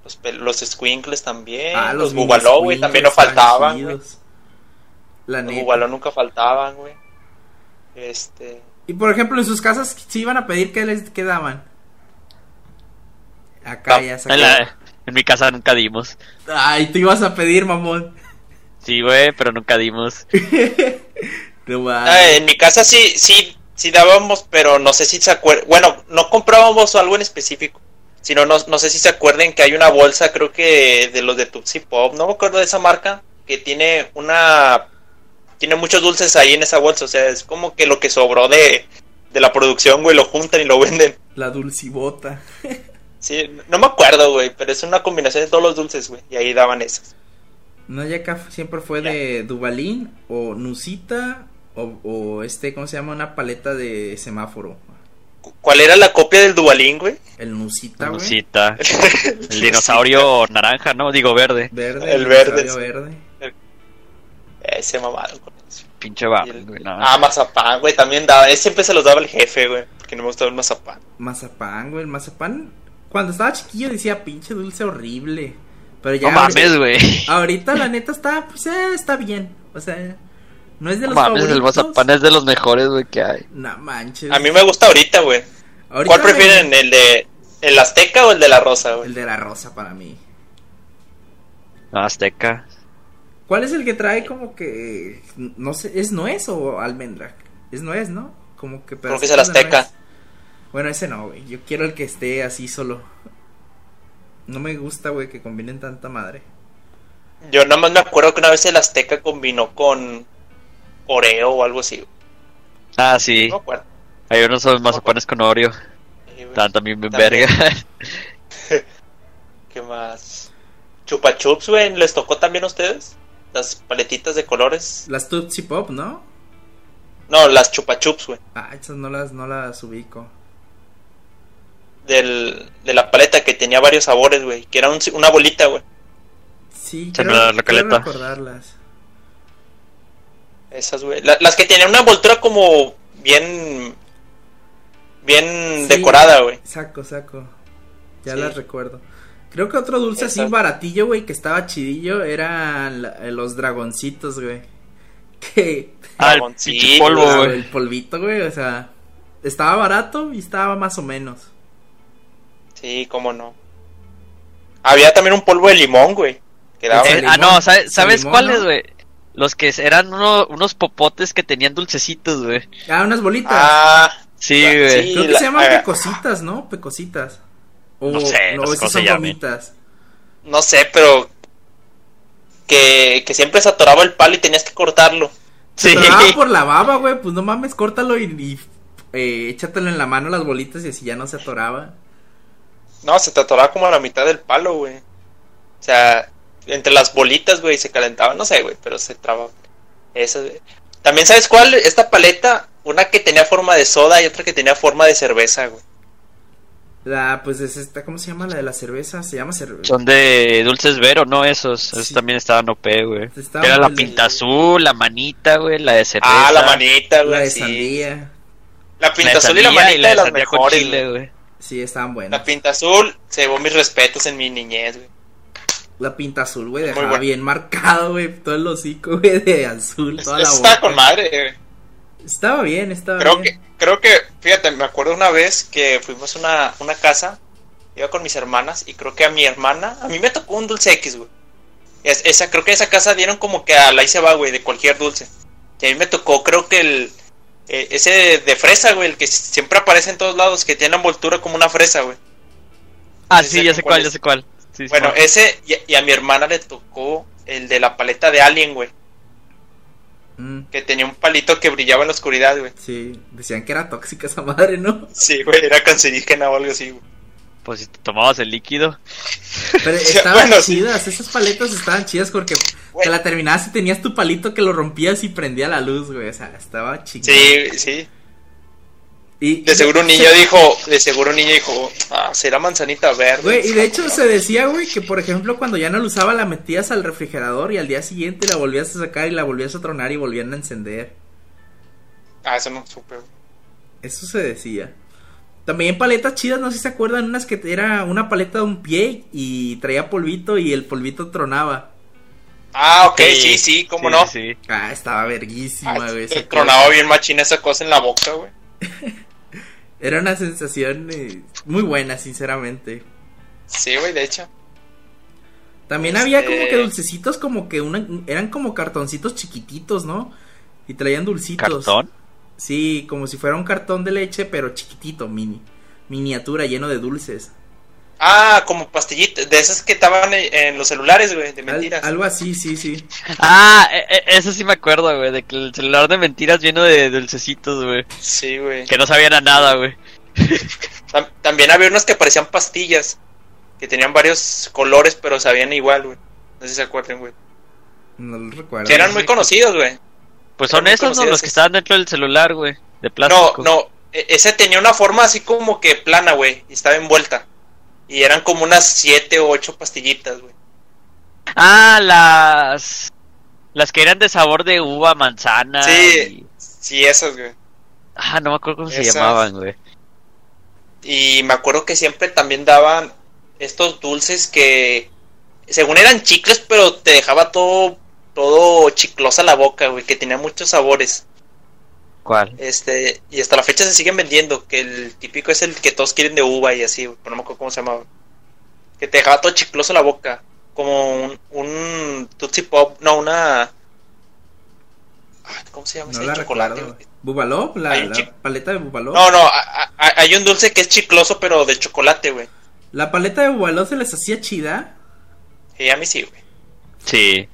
Speaker 4: Los, pel- los squinkles también.
Speaker 2: Ah,
Speaker 4: los
Speaker 2: los
Speaker 4: bubaló, güey. También no faltaban. güey.
Speaker 2: La
Speaker 4: Los
Speaker 2: neta.
Speaker 4: bubaló nunca faltaban, güey. Este.
Speaker 2: Y por ejemplo, en sus casas, si iban a pedir, ¿qué les quedaban? Acá
Speaker 4: Ah,
Speaker 2: ya saqué.
Speaker 3: En, la- en mi casa nunca dimos.
Speaker 2: Ay, tú ibas a pedir, mamón.
Speaker 3: Sí, güey, pero nunca dimos.
Speaker 2: No mames.
Speaker 4: Ah, en mi casa sí, sí, sí dábamos, pero no sé si se acuerdan. Bueno, no comprábamos algo en específico, sino no, no sé si se acuerden que hay una bolsa, creo que de los de Tupsi Pop, no me acuerdo de esa marca, que tiene una. Tiene muchos dulces ahí en esa bolsa, o sea, es como que lo que sobró de, de la producción, güey, lo juntan y lo venden.
Speaker 2: La dulcibota.
Speaker 4: Sí, no me acuerdo, güey, pero es una combinación de todos los dulces, güey, y ahí daban esas.
Speaker 2: No, ya acá siempre fue de Dubalín o Nusita o, o este, ¿cómo se llama? Una paleta de semáforo.
Speaker 4: Cu- ¿Cuál era la copia del Dubalín, güey?
Speaker 2: El Nusita, güey.
Speaker 3: Musita. El dinosaurio naranja, ¿no? Digo verde.
Speaker 2: Verde.
Speaker 4: El verde,
Speaker 2: dinosaurio
Speaker 4: sí.
Speaker 2: verde.
Speaker 4: Ese mamado Eh, con eso.
Speaker 3: Pinche va.
Speaker 4: Y el-
Speaker 3: güey, no.
Speaker 4: Ah, mazapán, güey, también daba. Ese siempre se los daba el jefe, güey, porque no me gustaba el mazapán.
Speaker 2: Mazapán, güey. El mazapán. Cuando estaba chiquillo decía pinche dulce horrible. Pero ya. Ah,
Speaker 3: No mames, güey.
Speaker 2: Ahorita la neta está, pues eh, está bien. O sea, no es de los
Speaker 3: No mames, el
Speaker 2: favoritos.
Speaker 3: mazapán es de los mejores, güey, que hay.
Speaker 2: No manches.
Speaker 4: A mí me gusta ahorita, güey.
Speaker 2: Ahorita
Speaker 4: ¿Cuál
Speaker 2: me-
Speaker 4: prefieren, el de el azteca o el de la rosa,
Speaker 2: El
Speaker 4: güey?
Speaker 2: de la rosa para mí.
Speaker 3: No, Azteca.
Speaker 2: ¿Cuál es el que trae como que no sé, es nuez o almendra? Es nuez, ¿no? Como que
Speaker 4: Creo que es el
Speaker 2: pedacitos de
Speaker 4: azteca.
Speaker 2: nuez. Bueno, ese no, güey. Yo quiero el que esté así solo. No me gusta, güey, que combinen tanta madre.
Speaker 4: Yo nada más me acuerdo que una vez el azteca combinó con Oreo o algo así. güey.
Speaker 3: Ah, sí.
Speaker 4: No me acuerdo.
Speaker 3: Hay unos mazapanes con Oreo.
Speaker 4: Sí, güey.
Speaker 3: Están también bien
Speaker 4: También.
Speaker 3: verga.
Speaker 4: ¿Qué más? Chupa Chups, güey, ¿les tocó también a ustedes? Las paletitas de colores.
Speaker 2: Las Tootsie Pop, ¿no?
Speaker 4: No, las Chupa Chups, güey.
Speaker 2: Ah, esas no las no las ubico.
Speaker 4: Del, de la paleta que tenía varios sabores, güey. Que era un- una bolita, güey.
Speaker 2: Sí,
Speaker 3: Se me
Speaker 2: quiero-
Speaker 3: la recaleta.
Speaker 2: quiero recordarlas.
Speaker 4: Esas, güey. La- las que tenían una envoltura como bien. Bien
Speaker 2: Sí.
Speaker 4: decorada, güey.
Speaker 2: Saco, saco. Ya
Speaker 4: Sí.
Speaker 2: las recuerdo. Creo que otro dulce así
Speaker 4: Esas.
Speaker 2: baratillo, güey, que estaba chidillo, eran la- los dragoncitos, güey. Que
Speaker 3: Ah, el
Speaker 4: Dragoncillo,
Speaker 3: pinche polvo,
Speaker 2: Ah,
Speaker 4: güey.
Speaker 3: güey.
Speaker 2: El polvito, güey, o sea, estaba barato y estaba más o menos.
Speaker 4: Sí, cómo no. Había también un polvo de limón, güey. Que daba-
Speaker 2: Ese-
Speaker 3: Eh, ah,
Speaker 2: Salimón.
Speaker 3: no, ¿sabes, ¿sabes
Speaker 2: Salimón,
Speaker 3: cuáles,
Speaker 2: ¿no?
Speaker 3: güey? Los que eran uno- unos popotes que tenían dulcecitos, güey.
Speaker 2: Ah, unas bolitas.
Speaker 4: Ah,
Speaker 3: Sí,
Speaker 4: Ah,
Speaker 3: güey.
Speaker 4: sí.
Speaker 2: Creo que
Speaker 4: la-
Speaker 2: se llaman
Speaker 4: ah.
Speaker 2: pecositas, ¿no? Pecositas. O,
Speaker 3: No sé, no sé
Speaker 2: esas
Speaker 3: cómo se
Speaker 2: son
Speaker 3: llamen.
Speaker 2: gomitas.
Speaker 4: no sé, pero. Que, que siempre se atoraba el palo y tenías que cortarlo.
Speaker 3: Sí.
Speaker 2: Se
Speaker 4: Ah,
Speaker 2: tragaba por la baba, güey, pues no mames, córtalo y, y, eh, échatelo en la mano las bolitas y así ya no se atoraba.
Speaker 4: No, se te atoraba como a la mitad del palo, güey. O sea, entre las bolitas, güey, se calentaba, no sé, güey, pero se traba. Esa, güey. También, ¿sabes cuál? Esta paleta, una que tenía forma de soda y otra que tenía forma de cerveza, güey.
Speaker 2: La, pues es esta, ¿cómo se llama la de la cerveza? Se llama cerveza.
Speaker 3: Son de Dulces Vero, ¿no? Esos, esos
Speaker 2: Sí.
Speaker 3: también estaban OP, güey.
Speaker 4: Pues
Speaker 2: Estaban
Speaker 3: Era la
Speaker 2: el-
Speaker 3: pinta azul, la manita, güey, la de cerveza.
Speaker 4: Ah, la manita,
Speaker 2: La
Speaker 4: güey,
Speaker 2: de
Speaker 4: sí.
Speaker 2: sandía.
Speaker 4: La
Speaker 3: La
Speaker 4: pinta
Speaker 3: de
Speaker 4: azul y la
Speaker 3: sandía
Speaker 4: manita
Speaker 3: y la
Speaker 4: de
Speaker 3: de
Speaker 4: las
Speaker 3: sandía con
Speaker 4: mejores,
Speaker 3: chile,
Speaker 4: güey.
Speaker 3: güey.
Speaker 2: Sí, estaban buenas.
Speaker 4: La pinta azul se llevó mis respetos en mi niñez, güey.
Speaker 2: La pinta azul, güey,
Speaker 4: Muy
Speaker 2: dejaba
Speaker 4: buena.
Speaker 2: bien marcado, güey, todo el hocico, güey, de azul,
Speaker 4: Eso
Speaker 2: toda la
Speaker 4: está
Speaker 2: boca.
Speaker 4: con madre, güey.
Speaker 2: Estaba bien, estaba
Speaker 4: Creo
Speaker 2: bien.
Speaker 4: que, creo que, fíjate, me acuerdo una vez que fuimos a una, una casa, iba con mis hermanas y creo que a mi hermana, a mí me tocó un dulce X, güey. Es- esa, creo que esa casa dieron como que a la ahí se va, güey, de cualquier dulce. Y a mí me tocó, creo que el, eh, ese de, de fresa, güey, el que siempre aparece en todos lados, que tiene la envoltura como una fresa, güey.
Speaker 3: Ah,
Speaker 4: Sí,
Speaker 3: sí,
Speaker 4: sé
Speaker 3: ya sé
Speaker 4: cuál
Speaker 3: cuál,
Speaker 4: es.
Speaker 3: ya sé cuál. Sí, sí,
Speaker 4: Bueno,
Speaker 3: cuál.
Speaker 4: ese, y, y a mi hermana le tocó el de la paleta de Alien, güey,
Speaker 2: Mm,
Speaker 4: que tenía un palito que brillaba en la oscuridad, güey.
Speaker 2: sí, decían que era tóxica esa madre, ¿no?
Speaker 4: Sí, güey, era cancerígena o algo así, güey.
Speaker 3: pues si te tomabas el líquido.
Speaker 2: Pero estaban
Speaker 4: Bueno, sí.
Speaker 2: chidas, esas paletas estaban chidas porque
Speaker 4: Güey.
Speaker 2: te la terminabas y tenías tu palito que lo rompías y prendía la luz, güey, o sea, estaba chido.
Speaker 4: Sí, sí.
Speaker 2: y,
Speaker 4: De seguro un niño dijo, de seguro un niño dijo, ah, será manzanita verde.
Speaker 2: Güey, y de hecho se decía, güey, que por ejemplo cuando ya no la usaba la metías al refrigerador y al día siguiente la volvías a sacar y la volvías a tronar y volvían a encender.
Speaker 4: Ah, eso no supe. güey.
Speaker 2: Eso se decía. También paletas chidas, no sé si se acuerdan, unas que era una paleta de un pie y traía polvito y el polvito tronaba.
Speaker 4: Ah, ok, sí, sí, cómo
Speaker 3: sí,
Speaker 4: no.
Speaker 3: sí, sí.
Speaker 2: Ah, estaba
Speaker 4: Ah,
Speaker 2: verguísima, güey.
Speaker 4: te
Speaker 2: esa
Speaker 4: tronaba
Speaker 2: cosa.
Speaker 4: bien machina esa cosa en la boca, güey.
Speaker 2: Era una sensación eh, muy buena, sinceramente.
Speaker 4: Sí, güey, de hecho.
Speaker 2: También había como que dulcecitos, como que una, eran como cartoncitos chiquititos, ¿no? Y traían dulcitos.
Speaker 3: ¿Cartón?
Speaker 2: Sí, como si fuera un cartón de leche, pero chiquitito, mini. Miniatura, lleno de dulces.
Speaker 4: Ah, como pastillitas, de esas que estaban en- en los celulares, güey, de
Speaker 2: Al-
Speaker 4: mentiras.
Speaker 2: algo así, sí, sí.
Speaker 3: Ah, e- e- eso sí me acuerdo, güey, de que el celular de mentiras lleno de dulcecitos, güey.
Speaker 4: Sí, güey.
Speaker 3: Que no sabían a nada, güey.
Speaker 4: Tam- También había unos que parecían pastillas, que tenían varios colores, pero sabían igual, güey. No sé si se acuerdan, güey.
Speaker 2: No lo recuerdo.
Speaker 4: Que eran muy conocidos, güey.
Speaker 3: Pues
Speaker 4: Eran
Speaker 3: son
Speaker 4: muy
Speaker 3: esos, ¿no?
Speaker 4: conocidas
Speaker 3: Los que
Speaker 4: esas.
Speaker 3: estaban dentro del celular, güey. De
Speaker 4: No,
Speaker 3: plástico.
Speaker 4: no, e- ese tenía una forma así como que plana, güey, y estaba envuelta. Y eran como unas siete o ocho pastillitas, güey.
Speaker 3: Ah, las. Las que eran de sabor de uva, manzana.
Speaker 4: Sí.
Speaker 3: y-
Speaker 4: Sí, esas, güey.
Speaker 3: Ah, no me acuerdo cómo se
Speaker 4: Esas.
Speaker 3: llamaban, güey.
Speaker 4: Y me acuerdo que siempre también daban estos dulces que, según eran chicles, pero te dejaba todo, todo chiclosa la boca, güey, que tenía muchos sabores.
Speaker 3: ¿Cuál?
Speaker 4: Este, y hasta la fecha se siguen vendiendo, que el típico es el que todos quieren de uva y así, güey, pero no me acuerdo cómo se llamaba. Que te dejaba todo chicloso la boca, como un, un Tootsie Pop, no, una... Ay, ¿Cómo se llama
Speaker 2: No
Speaker 4: ese
Speaker 2: la
Speaker 4: ¿eh? chocolate,
Speaker 2: recuerdo.
Speaker 4: güey?
Speaker 2: ¿Bubalop? ¿La,
Speaker 4: Hay un
Speaker 2: la
Speaker 4: chico-
Speaker 2: paleta de Bubalop?
Speaker 4: No, no, a- a- a- hay un dulce que es chicloso, pero de chocolate, güey.
Speaker 2: ¿La paleta de Bubalop se les hacía chida?
Speaker 4: Y a mí sí, güey.
Speaker 3: Sí.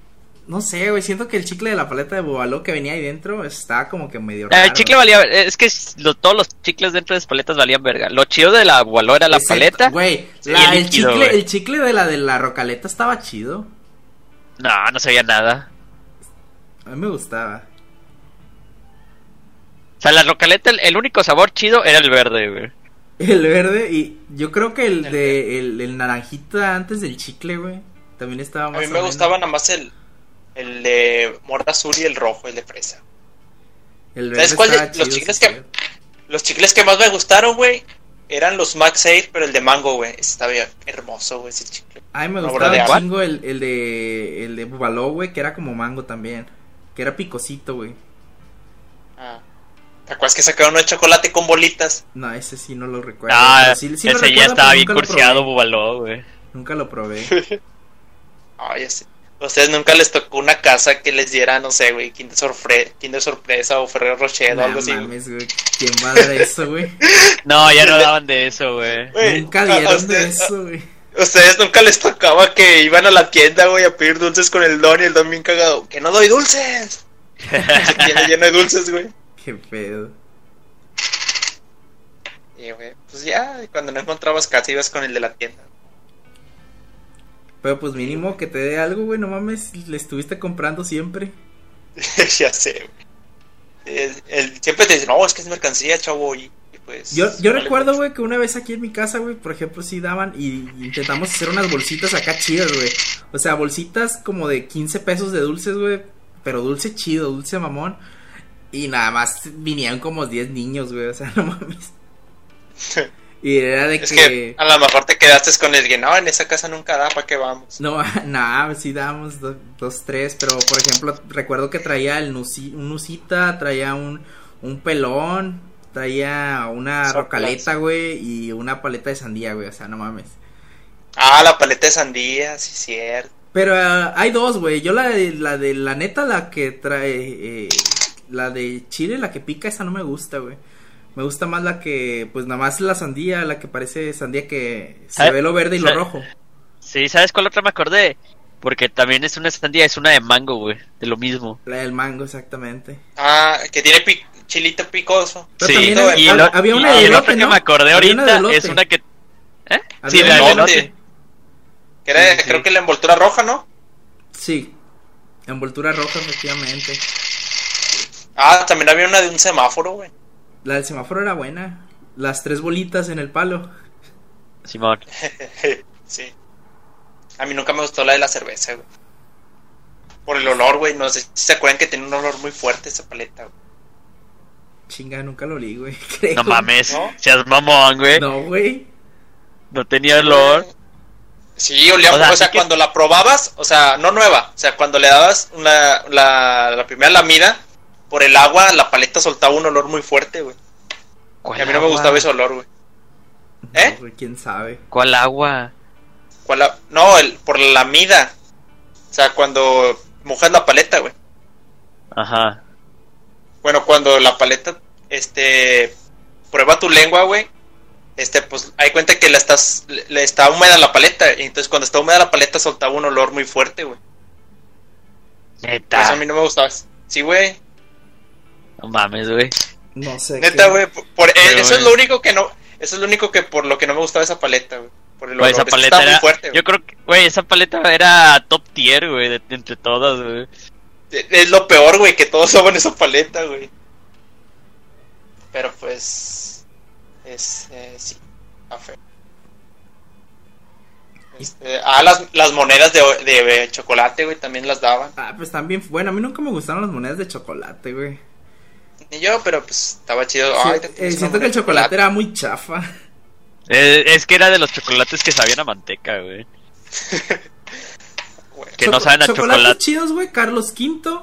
Speaker 2: No sé, güey. Siento que el chicle de la paleta de Bubalop que venía ahí dentro está como que medio
Speaker 3: Ah,
Speaker 2: raro.
Speaker 3: el chicle valía. Es que lo- todos los chicles dentro de las paletas valían verga. Lo chido de la Wallo era la
Speaker 2: Excepto-
Speaker 3: paleta.
Speaker 2: Pues Güey,
Speaker 3: Sí,
Speaker 2: la-
Speaker 3: el
Speaker 2: el,
Speaker 3: líquido,
Speaker 2: chicle,
Speaker 3: güey.
Speaker 2: el chicle de la de la rocaleta estaba chido.
Speaker 3: No, no sabía nada.
Speaker 2: A mí me gustaba.
Speaker 3: O sea, la rocaleta, el, el único sabor chido era el verde, güey.
Speaker 2: El verde y yo creo que el de el, el naranjita antes del chicle, güey. También estaba
Speaker 4: A
Speaker 2: Ah, más
Speaker 4: mí
Speaker 2: o
Speaker 4: me
Speaker 2: menos.
Speaker 4: gustaba nada más el, el de morra azul y el rojo, el de fresa.
Speaker 2: El
Speaker 4: ¿Sabes cuál de-
Speaker 2: estaba
Speaker 4: los
Speaker 2: sí,
Speaker 4: chicles que-
Speaker 2: cierto.
Speaker 4: Los chicles que más me gustaron, güey, eran los MagSafe, pero el de mango, güey. Estaba bien hermoso, güey, ese chicle.
Speaker 2: A mí me
Speaker 4: ¿No,
Speaker 2: gustaba
Speaker 4: verdad?
Speaker 2: un
Speaker 4: ¿Cuál?
Speaker 2: chingo el, el de el de Bubaló, güey, que era como mango también, que era picosito, güey.
Speaker 4: Ah. ¿Te acuerdas que sacaron uno de chocolate con bolitas?
Speaker 2: No, ese sí no lo recuerdo.
Speaker 3: Ah,
Speaker 2: pero sí- sí lo
Speaker 3: ese ya
Speaker 2: recuerdo,
Speaker 3: estaba
Speaker 2: pero
Speaker 3: bien
Speaker 2: nunca lo
Speaker 3: cursiado,
Speaker 2: probé.
Speaker 3: Bubaló, güey.
Speaker 2: Nunca lo probé.
Speaker 4: Ay, ya sé. ¿Ustedes nunca les tocó una casa que les diera, no sé, güey, Kinder, Sorfre- Kinder Sorpresa o Ferrero Rocher o
Speaker 2: No
Speaker 4: algo así? güey?
Speaker 2: mames, güey. ¿Quién va a dar eso, güey?
Speaker 3: No, ya no daban de eso, güey.
Speaker 4: Güey,
Speaker 2: Nunca
Speaker 4: a- a
Speaker 2: dieron de
Speaker 4: ustedes-
Speaker 2: eso, güey.
Speaker 4: a- ¿Ustedes nunca les tocaba que iban a la tienda, güey, a pedir dulces con el don y el don bien cagado? ¡Que no doy dulces! Se tiene lleno de dulces, güey.
Speaker 2: Qué pedo.
Speaker 4: Y, güey, pues ya, cuando no encontrabas casa ibas con el de la tienda.
Speaker 2: Pero pues mínimo que te dé algo, güey, no mames, le estuviste comprando siempre.
Speaker 4: ya sé, güey. Es- el- siempre te dicen, no, es que es mercancía, chavo. Y, y pues.
Speaker 2: Yo, yo
Speaker 4: vale,
Speaker 2: recuerdo,
Speaker 4: pues.
Speaker 2: güey, que una vez aquí en mi casa, güey, por ejemplo, sí daban y y intentamos hacer unas bolsitas acá chidas, güey. O sea, bolsitas como de 15 pesos de dulces, güey, pero dulce chido, dulce mamón. Y nada más vinieron como 10 niños, güey, o sea, no mames. Y era de
Speaker 4: Es
Speaker 2: que...
Speaker 4: que a lo mejor te quedaste con el que no, en esa casa nunca da, ¿para qué vamos?
Speaker 2: No, nada, sí dábamos do- dos, tres, pero por ejemplo, recuerdo que traía el nusi, un nusita, traía un, un pelón, traía una
Speaker 4: Soplas.
Speaker 2: rocaleta, güey, y una paleta de sandía, güey, o sea, no mames.
Speaker 4: Ah, la paleta de sandía, sí, cierto.
Speaker 2: Pero ah, hay dos, güey, yo la de, la de, la neta, la que trae, eh, la de chile, la que pica, esa no me gusta, güey. Me gusta más la que, pues nada más la sandía, la que parece sandía que se
Speaker 3: ¿Sabe-
Speaker 2: ve lo verde y lo
Speaker 3: sabe-
Speaker 2: rojo.
Speaker 3: Sí, ¿sabes cuál otra me acordé? Porque también es una sandía, es una de mango, güey. De lo mismo.
Speaker 2: La del mango, exactamente.
Speaker 4: Ah, que tiene pi- chilito picoso.
Speaker 2: Pero
Speaker 3: sí,
Speaker 2: también
Speaker 4: no,
Speaker 2: había,
Speaker 3: y
Speaker 4: hab-
Speaker 3: lo-
Speaker 2: había una
Speaker 3: y
Speaker 2: de
Speaker 3: el
Speaker 2: elote,
Speaker 3: otro que
Speaker 2: ¿no?
Speaker 3: me acordé
Speaker 2: Había una de
Speaker 3: ahorita
Speaker 2: elote.
Speaker 3: es una que... ¿Eh?
Speaker 2: Había
Speaker 3: Sí,
Speaker 2: una
Speaker 3: la
Speaker 2: de
Speaker 3: de
Speaker 4: elote.
Speaker 3: elote.
Speaker 4: Que era,
Speaker 3: Sí, sí, sí.
Speaker 4: creo que la envoltura roja, ¿no?
Speaker 2: Sí. Envoltura roja, efectivamente.
Speaker 4: Ah, también había una de un semáforo, güey.
Speaker 2: La del semáforo era buena. Las tres bolitas en el palo.
Speaker 3: Simón.
Speaker 4: sí. A mí nunca me gustó la de la cerveza, güey. Por el olor, güey. No sé si se acuerdan que tenía un olor muy fuerte esa paleta, güey.
Speaker 2: Chinga, nunca lo olí, güey. creo.
Speaker 3: No mames,
Speaker 4: ¿No? ¿Eh?
Speaker 3: seas mamón, güey. No,
Speaker 2: No, güey.
Speaker 3: tenía olor.
Speaker 4: Sí, olía,
Speaker 3: O
Speaker 4: o
Speaker 3: sea,
Speaker 4: sea,
Speaker 3: sí que-
Speaker 4: cuando la probabas, o sea, no nueva, o sea, cuando le dabas una, la, la primera lamida, por el agua, la paleta soltaba un olor muy fuerte, güey. Y a mí no me gustaba ese olor, güey. ¿Eh?
Speaker 2: No, güey, ¿Quién sabe?
Speaker 3: ¿Cuál agua?
Speaker 4: ¿Cuál la- No, el, por la lamida. O sea, cuando mojas la paleta, güey.
Speaker 3: Ajá.
Speaker 4: Bueno, cuando la paleta, este, prueba tu lengua, güey. Este, pues, hay cuenta que la estás, le, le está húmeda la paleta. Y entonces, cuando está húmeda la paleta, soltaba un olor muy fuerte, güey. Por eso Pues a
Speaker 2: Ah.
Speaker 3: Neta.
Speaker 4: mí no me gustaba. Sí, güey.
Speaker 3: No mames, güey.
Speaker 2: No sé.
Speaker 4: Neta,
Speaker 2: qué-
Speaker 4: güey. por- por- eh,
Speaker 3: Pero,
Speaker 4: eso es
Speaker 3: güey.
Speaker 4: lo único que no. Eso es lo único que por lo que no me gustaba esa paleta, güey. Por el olor.
Speaker 3: Güey, esa
Speaker 4: Es que
Speaker 3: paleta
Speaker 4: estaba
Speaker 3: era.
Speaker 4: muy fuerte, güey.
Speaker 3: yo creo que, güey, esa paleta era top tier, güey, de, de entre todas, güey.
Speaker 4: Eh, Es lo peor, güey, que todos somos esa paleta, güey. Pero pues. Es. eh, sí. está feo. Este, ah, las, las monedas de, de, eh, chocolate, güey, también las daban.
Speaker 2: Ah, pues también. Bueno, a mí nunca me gustaron las monedas de chocolate, güey.
Speaker 4: Ni yo, pero pues estaba chido.
Speaker 2: Sí,
Speaker 4: Ay,
Speaker 2: eh,
Speaker 4: te tienes una
Speaker 2: siento que
Speaker 4: moneda
Speaker 2: el
Speaker 4: de
Speaker 2: chocolate era muy chafa.
Speaker 3: Eh, es que era de los chocolates que sabían a manteca, güey.
Speaker 4: güey.
Speaker 3: Que no
Speaker 2: Choco-
Speaker 3: saben a
Speaker 2: chocolates
Speaker 3: chocolate.
Speaker 2: chidos, güey. Carlos V.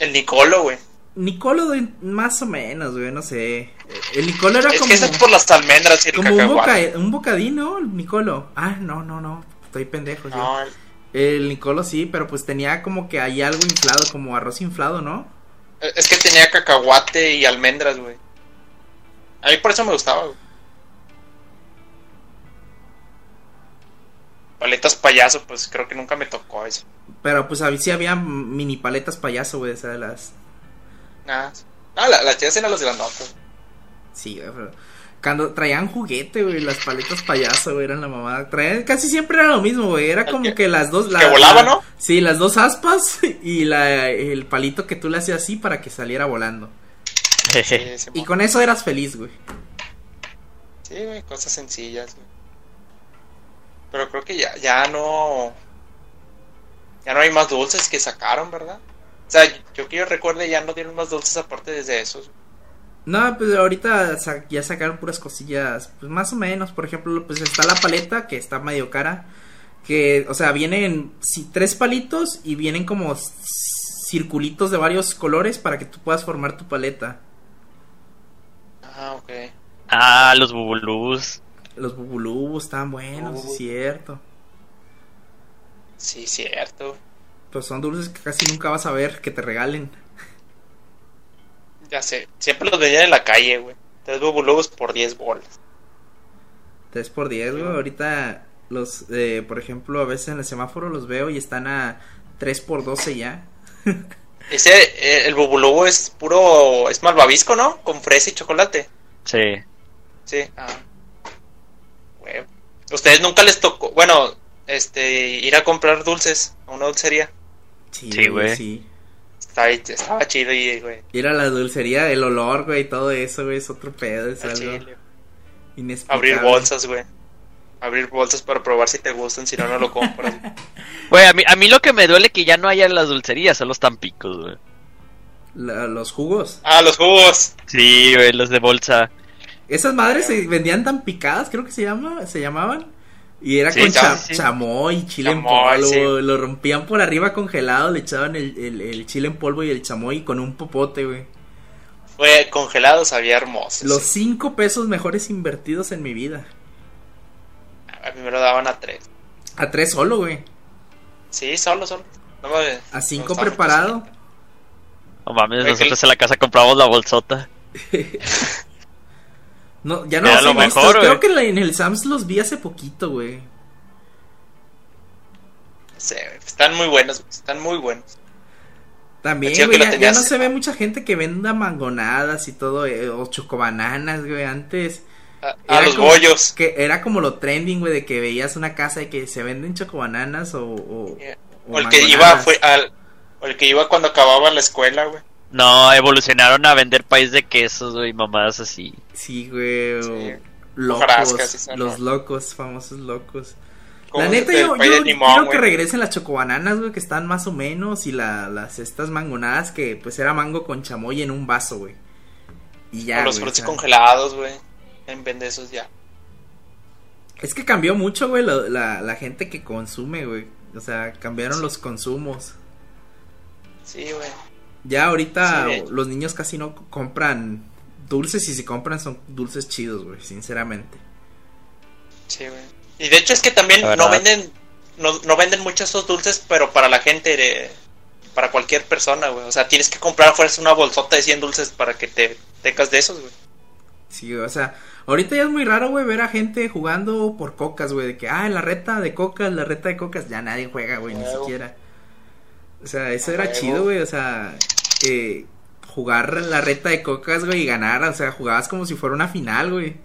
Speaker 4: El Nicolo, güey.
Speaker 2: Nicolo, de- más o menos, güey, no sé. Eh, El Nicolo era
Speaker 4: Es
Speaker 2: como,
Speaker 4: que ese es por las almendras y el
Speaker 2: como un,
Speaker 4: cacahuate.
Speaker 2: boca- un bocadino, el Nicolo. Ah, no, no, no, estoy pendejo. yo.
Speaker 4: No, el-
Speaker 2: El Nicolo sí, pero pues tenía como que ahí algo inflado, como arroz inflado, ¿no?
Speaker 4: Eh, es que tenía cacahuate y almendras, güey. A mí por eso me gustaba, güey. Paletas payaso, pues creo que nunca me tocó eso.
Speaker 2: Pero pues ahí sí había mini paletas payaso, güey, esa de las...
Speaker 4: Nada. Ah, la- las chidas eran los grandotes.
Speaker 2: Sí, güey, pero... Cuando traían juguete, güey, las paletas payaso, güey, eran la mamada. Traían, casi siempre era lo mismo, güey, era
Speaker 4: El
Speaker 2: como
Speaker 4: que-
Speaker 2: que las dos... La,
Speaker 4: que volaba,
Speaker 2: la-
Speaker 4: ¿no?
Speaker 2: Sí, las dos aspas y la, el palito que tú le hacías así para que saliera volando.
Speaker 4: Sí, sí,
Speaker 2: Y con eso eras feliz, güey.
Speaker 4: sí, güey, cosas sencillas, güey. Pero creo que ya, ya no. Ya no hay más dulces que sacaron, ¿verdad? O sea, yo que yo recuerde, ya no tienen más dulces aparte desde esos.
Speaker 2: No, pues ahorita sa- ya sacaron puras cosillas, pues más o menos, por ejemplo, pues está la paleta que está medio cara, que, o sea, vienen sí, tres palitos y vienen como s- circulitos de varios colores para que tú puedas formar tu paleta.
Speaker 4: Ah, ok.
Speaker 3: Ah, los bubulús.
Speaker 2: Los bubulubos están buenos,
Speaker 4: Uy.
Speaker 2: es cierto.
Speaker 4: Sí, cierto.
Speaker 2: Pues son dulces que casi nunca vas a ver que te regalen.
Speaker 4: Ya sé. Siempre los vendían en la calle, güey. Tres bubulubos por 10 bolas.
Speaker 2: 3 por 10, güey. Ahorita los, eh, por ejemplo, a veces en el semáforo los veo y están a 3 por 12 ya.
Speaker 4: Ese, eh, el bubulubo es puro. Es malvavisco, ¿no? Con fresa y chocolate.
Speaker 3: Sí.
Speaker 4: Sí. Ah. Güey. ¿Ustedes nunca les tocó, bueno, este, ir a comprar dulces a una dulcería?
Speaker 2: Sí,
Speaker 3: Sí, güey.
Speaker 2: Sí.
Speaker 4: Estaba, estaba chido y, güey,
Speaker 2: Ir a la dulcería, el olor, güey, todo eso, güey, es otro pedo, es
Speaker 4: al
Speaker 2: algo
Speaker 4: chile.
Speaker 2: inexplicable.
Speaker 4: Abrir bolsas, güey. Abrir bolsas para probar si te gustan, si no, no lo compras.
Speaker 3: Güey, a mí, a mí lo que me duele que ya no haya en las dulcerías son los tampicos, güey.
Speaker 2: La- los jugos.
Speaker 4: ah, los jugos.
Speaker 3: Sí, güey, los de bolsa.
Speaker 2: Esas madres se vendían tan picadas, creo que se llama, se llamaban. Y era
Speaker 3: Sí,
Speaker 2: con cha-
Speaker 3: sí, sí.
Speaker 2: chamoy, chile
Speaker 4: Chamoy,
Speaker 2: en polvo,
Speaker 4: sí.
Speaker 2: lo rompían por arriba congelado, le echaban el, el- el chile en polvo y el chamoy con un popote, güey.
Speaker 4: Güey, congelados había hermosos.
Speaker 2: Los cinco pesos mejores invertidos en mi vida.
Speaker 4: A mí me lo daban a tres.
Speaker 2: A tres solo, güey.
Speaker 4: Sí, solo, solo. No me-
Speaker 2: A
Speaker 4: me
Speaker 2: cinco
Speaker 4: gustaba.
Speaker 2: preparado.
Speaker 3: No mames,
Speaker 4: Güey,
Speaker 3: nosotros en la casa compramos la bolsota.
Speaker 2: No, ya no
Speaker 3: Era
Speaker 2: los he
Speaker 3: lo
Speaker 2: visto.
Speaker 3: mejor,
Speaker 2: Creo
Speaker 3: güey.
Speaker 2: que la- en el Sams los vi hace poquito, güey.
Speaker 4: Sí, están muy buenos, güey, están muy buenos.
Speaker 2: También,
Speaker 4: Decía
Speaker 2: güey,
Speaker 4: que
Speaker 2: ya,
Speaker 4: lo
Speaker 2: ya no
Speaker 4: tenías.
Speaker 2: se ve mucha gente que venda mangonadas y todo, eh, o chocobananas, güey, antes.
Speaker 4: A, a
Speaker 2: Era
Speaker 4: Ah, los
Speaker 2: como-
Speaker 4: bollos.
Speaker 2: Que era como lo trending, güey, de que veías una casa de que se venden chocobananas o... O,
Speaker 4: Yeah.
Speaker 2: o
Speaker 4: O el que iba
Speaker 2: mangonadas.
Speaker 4: fue al, o el que iba cuando acababa la escuela, güey.
Speaker 3: No, evolucionaron a vender país de quesos, güey, mamadas así.
Speaker 2: Sí, güey, o
Speaker 4: Sí.
Speaker 2: locos,
Speaker 4: Frascas, esa,
Speaker 2: los
Speaker 4: ¿no?
Speaker 2: locos, famosos locos.
Speaker 4: Como
Speaker 2: La neta,
Speaker 4: el
Speaker 2: yo,
Speaker 4: pay de
Speaker 2: yo
Speaker 4: limón,
Speaker 2: quiero que
Speaker 4: güey.
Speaker 2: regresen las chocobananas, güey, que están más o menos, y la- las estas mangonadas que, pues, era mango con chamoy en un vaso, güey. Y ya,
Speaker 4: o los
Speaker 2: güey,
Speaker 4: frutos
Speaker 2: o sea.
Speaker 4: congelados, güey. En vez de esos ya.
Speaker 2: Es que cambió mucho, güey, lo- la, la gente que consume, güey. O sea, cambiaron los consumos.
Speaker 4: Sí, güey.
Speaker 2: Ya ahorita
Speaker 4: Sí, de hecho.
Speaker 2: los niños casi no co- compran dulces y si compran son dulces chidos, güey, sinceramente.
Speaker 4: Sí, güey. Y de hecho es que también
Speaker 3: La
Speaker 4: no
Speaker 3: verdad.
Speaker 4: venden, no, no venden mucho esos dulces, pero para la gente, de- para cualquier persona, güey. O sea, tienes que comprar a fuerza una bolsota de 100 dulces para que te tecas de esos, güey.
Speaker 2: Sí, o sea, ahorita ya es muy raro, güey, ver a gente jugando por cocas, güey, de que, ah, la reta de cocas, la reta de cocas, ya nadie juega, güey, ni
Speaker 4: Huevo.
Speaker 2: siquiera. O sea, eso era
Speaker 4: Huevo.
Speaker 2: chido, güey, o sea, eh, jugar la reta de cocas, güey, y ganar, o sea, jugabas como si fuera una final, güey.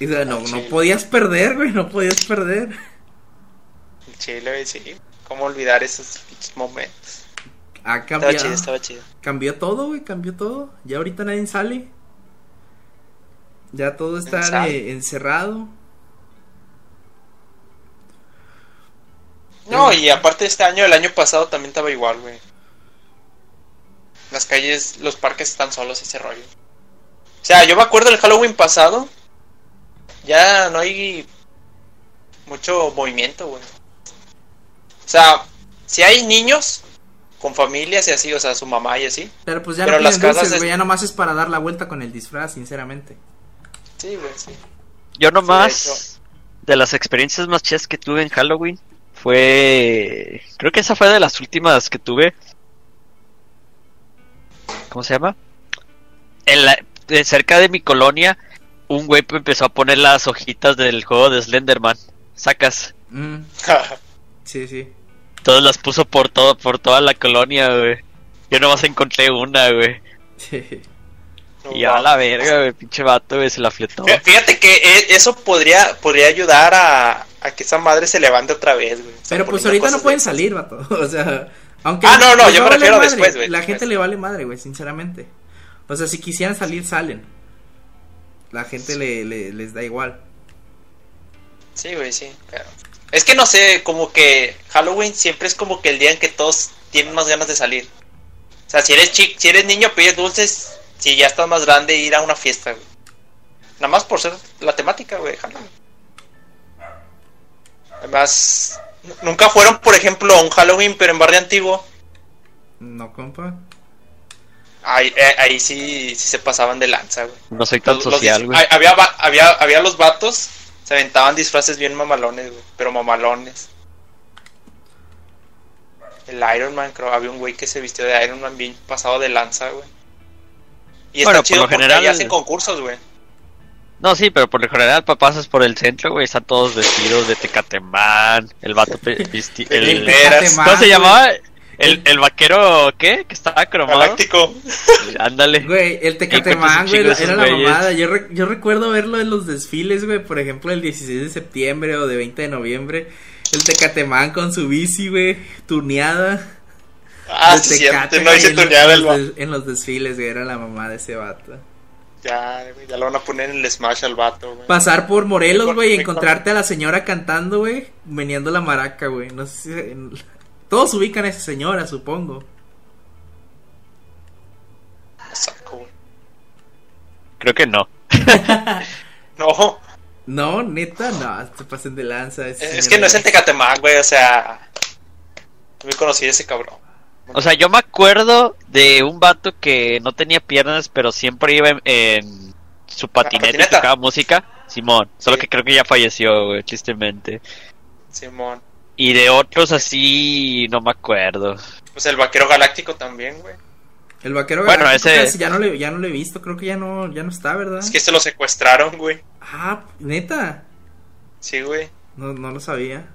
Speaker 2: Y, o sea, no, no
Speaker 4: Chile.
Speaker 2: podías perder, güey, no podías perder.
Speaker 4: El Chile, güey, sí. ¿Cómo olvidar esos pinches momentos?
Speaker 2: Ha
Speaker 4: Estaba
Speaker 2: cambiado,
Speaker 4: chido, estaba chido.
Speaker 2: cambió todo, güey, cambió todo. Ya ahorita nadie sale. Ya todo está
Speaker 4: Sale.
Speaker 2: eh, encerrado.
Speaker 4: No, y aparte este año, el año pasado también estaba igual, güey. Las calles, los parques están solos ese rollo. O sea, yo me acuerdo del Halloween pasado. Ya no hay mucho movimiento, güey. O sea, si hay niños con familias y así, o sea, su mamá y así.
Speaker 2: Pero pues ya
Speaker 4: Pero
Speaker 2: no
Speaker 4: las
Speaker 2: piden dulces,
Speaker 4: casas es-
Speaker 2: güey, ya nomás es para dar la vuelta con el disfraz, sinceramente.
Speaker 4: Sí, güey, sí.
Speaker 3: Yo
Speaker 4: Sí, de hecho.
Speaker 3: nomás, de las experiencias más chidas que tuve en Halloween, fue... Creo que esa fue de las últimas que tuve. ¿Cómo se llama? En la- de cerca de mi colonia, un güey empezó a poner las hojitas del juego de Slenderman. Sacas.
Speaker 2: Mm, sí, sí.
Speaker 3: Todas las puso por todo, por toda la colonia, güey. Yo nomás encontré una, güey.
Speaker 2: Sí.
Speaker 4: No,
Speaker 3: Y a
Speaker 4: wow.
Speaker 3: la verga, güey, pinche vato, güey, se la fletó.
Speaker 4: Fí- Fíjate que e- eso podría, podría ayudar a, a que esa madre se levante otra vez, güey. O sea,
Speaker 2: Pero pues
Speaker 4: poniendo
Speaker 2: ahorita no
Speaker 4: cosas
Speaker 2: pueden
Speaker 4: de-
Speaker 2: salir, vato. O sea, aunque.
Speaker 4: Ah, no, no,
Speaker 2: les
Speaker 4: yo
Speaker 2: va a
Speaker 4: me
Speaker 2: valer
Speaker 4: refiero
Speaker 2: madre,
Speaker 4: después, güey,
Speaker 2: La
Speaker 4: después.
Speaker 2: gente le vale madre, güey, sinceramente. O sea, si quisieran salir, salen. La gente le, le- les da igual.
Speaker 4: Sí, güey, sí. claro. Es que no sé, como que Halloween siempre es como que el día en que todos tienen más ganas de salir. O sea, si eres chico, si eres niño, pides dulces. Si ya estás más grande, ir a una fiesta, güey. Nada más por ser la temática, güey, de Halloween. Además, n- nunca fueron, por ejemplo, a un Halloween, pero en barrio antiguo.
Speaker 2: ¿No, compa?
Speaker 4: Ahí, eh, ahí sí, sí se pasaban de lanza, güey.
Speaker 3: No soy tan
Speaker 4: Los- los
Speaker 3: social,
Speaker 4: disfra-
Speaker 3: güey.
Speaker 4: hay- Había, va- había, había los vatos, se aventaban disfraces bien mamalones, güey, pero mamalones. El Iron Man, creo, había un güey que se vistió de Iron Man bien pasado de lanza, güey. Y está
Speaker 3: Bueno, por
Speaker 4: chido
Speaker 3: lo
Speaker 4: porque
Speaker 3: general-
Speaker 4: ahí hacen concursos, güey.
Speaker 3: No, sí, pero por lo general pa- pasas por el centro, güey, están todos vestidos de Tecatemán, el vato pe- visti-
Speaker 4: De
Speaker 3: el-
Speaker 4: Tecatemán,
Speaker 3: ¿Cómo se
Speaker 2: güey.
Speaker 3: llamaba? El, el vaquero, ¿qué? Que estaba cromado.
Speaker 4: Galáctico.
Speaker 3: Ándale.
Speaker 2: Güey, el
Speaker 3: encuentras
Speaker 2: Tecatemán,
Speaker 3: un
Speaker 2: güey,
Speaker 3: chingo de esos
Speaker 2: era la
Speaker 3: güeyes.
Speaker 2: mamada. Yo, re- yo recuerdo verlo en los desfiles, güey, por ejemplo, el 16 de septiembre o de 20 de noviembre. El Tecatemán con su bici, güey, tuneada.
Speaker 4: Ah,
Speaker 2: de
Speaker 4: sí, cierto,
Speaker 2: Tecate,
Speaker 4: no
Speaker 2: güey,
Speaker 4: hice
Speaker 2: en los-
Speaker 4: tunear el
Speaker 2: en los,
Speaker 4: vato.
Speaker 2: des- en los desfiles, güey, era la mamá de ese vato.
Speaker 4: Ya, güey, ya lo van a poner en el Smash al vato, güey.
Speaker 2: Pasar por Morelos,
Speaker 4: Mejor-
Speaker 2: güey, y
Speaker 4: mejor.
Speaker 2: encontrarte a la señora cantando, güey, meneando la maraca, güey. No sé si... en- Todos ubican a esa señora, supongo.
Speaker 4: Saco, güey.
Speaker 3: Creo que no.
Speaker 4: No,
Speaker 2: No, neta, no, te pasen de lanza. esa
Speaker 4: es, es
Speaker 2: señora,
Speaker 4: que no es el
Speaker 2: güey.
Speaker 4: Tecatemán, güey, o sea. Muy conocido ese cabrón.
Speaker 3: O sea, yo me acuerdo de un vato que no tenía piernas, pero siempre iba en, en su patineta y
Speaker 4: patineta.
Speaker 3: tocaba música. Simón, solo
Speaker 4: Sí.
Speaker 3: que creo que ya falleció, güey, tristemente.
Speaker 4: Simón.
Speaker 3: Y de otros así, no me acuerdo.
Speaker 4: Pues el vaquero galáctico también, güey.
Speaker 2: El vaquero
Speaker 3: Bueno,
Speaker 2: galáctico
Speaker 3: ese-
Speaker 2: casi ya no le ya no lo he visto, creo que ya no ya no está, ¿verdad?
Speaker 4: Es que se lo secuestraron, güey.
Speaker 2: Ah, neta.
Speaker 4: Sí, güey.
Speaker 2: No, no lo sabía.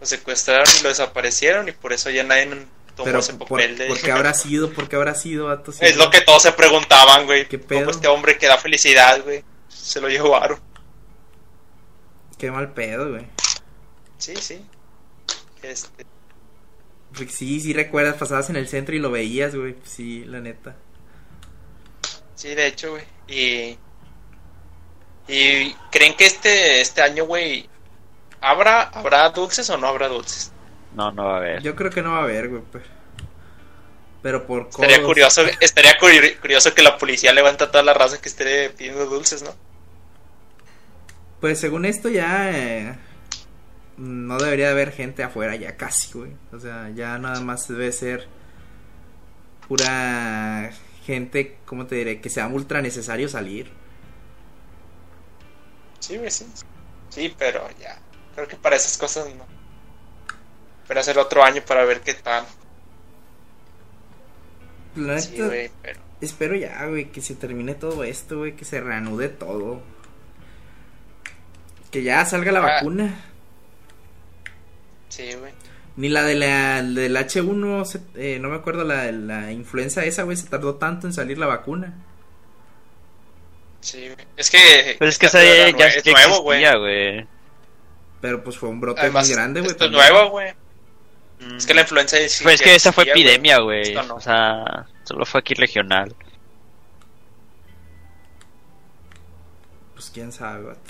Speaker 4: Lo secuestraron y lo desaparecieron y por eso ya nadie tomó
Speaker 2: Pero
Speaker 4: ese
Speaker 2: por,
Speaker 4: papel de...
Speaker 2: ¿por qué habrá sido? ¿Por qué habrá sido? vato? Sí,
Speaker 4: Es lo que todos se preguntaban, güey.
Speaker 2: ¿Qué
Speaker 4: ¿Cómo
Speaker 2: pedo?
Speaker 4: este hombre que da felicidad, güey? Se lo llevaron.
Speaker 2: Qué mal pedo, güey.
Speaker 4: Sí, sí. Este,
Speaker 2: Porque Sí, sí recuerdas, pasabas en el centro y lo veías, güey. Sí, la neta.
Speaker 4: sí, de hecho, güey. Y... ¿Y creen que este, este año, güey, habrá, habrá dulces o no habrá dulces?
Speaker 3: No, no va a haber.
Speaker 2: Yo creo que no va a haber, güey. Pero, pero por codos.
Speaker 4: Estaría curioso, estaría curi- curioso que la policía levanta a toda la raza que esté pidiendo dulces, ¿no?
Speaker 2: Pues según esto ya eh, no debería de haber gente afuera ya casi, güey. O sea, ya nada más debe ser pura gente, ¿cómo te diré? Que sea ultra necesario salir.
Speaker 4: Sí, güey, sí. Sí, pero ya. Creo que para esas cosas no. Pero hacer otro año para ver qué tal.
Speaker 2: Pues, La neta,
Speaker 4: Sí, güey, pero.
Speaker 2: espero ya, güey, que se termine todo esto, güey, que se reanude todo. Que ya salga la
Speaker 4: Ah.
Speaker 2: vacuna.
Speaker 4: Sí, güey.
Speaker 2: Ni la de la del H1, se- eh, no me acuerdo, la de la influenza esa, güey, se tardó tanto en salir la vacuna.
Speaker 4: Sí, güey. Es que.
Speaker 3: Pero es que esa
Speaker 4: esa
Speaker 3: ya, ya
Speaker 4: es
Speaker 3: ya
Speaker 4: nuevo, güey.
Speaker 3: existía, güey.
Speaker 2: Pero pues fue un brote
Speaker 4: Además,
Speaker 2: muy grande, güey.
Speaker 4: esto es
Speaker 2: también.
Speaker 4: nuevo, güey. Es que la influenza. sí
Speaker 3: Pues es que esa fue
Speaker 4: existía, güey.
Speaker 3: epidemia, güey.
Speaker 4: Esto no.
Speaker 3: O sea, solo fue aquí regional.
Speaker 2: Pues quién sabe, vato.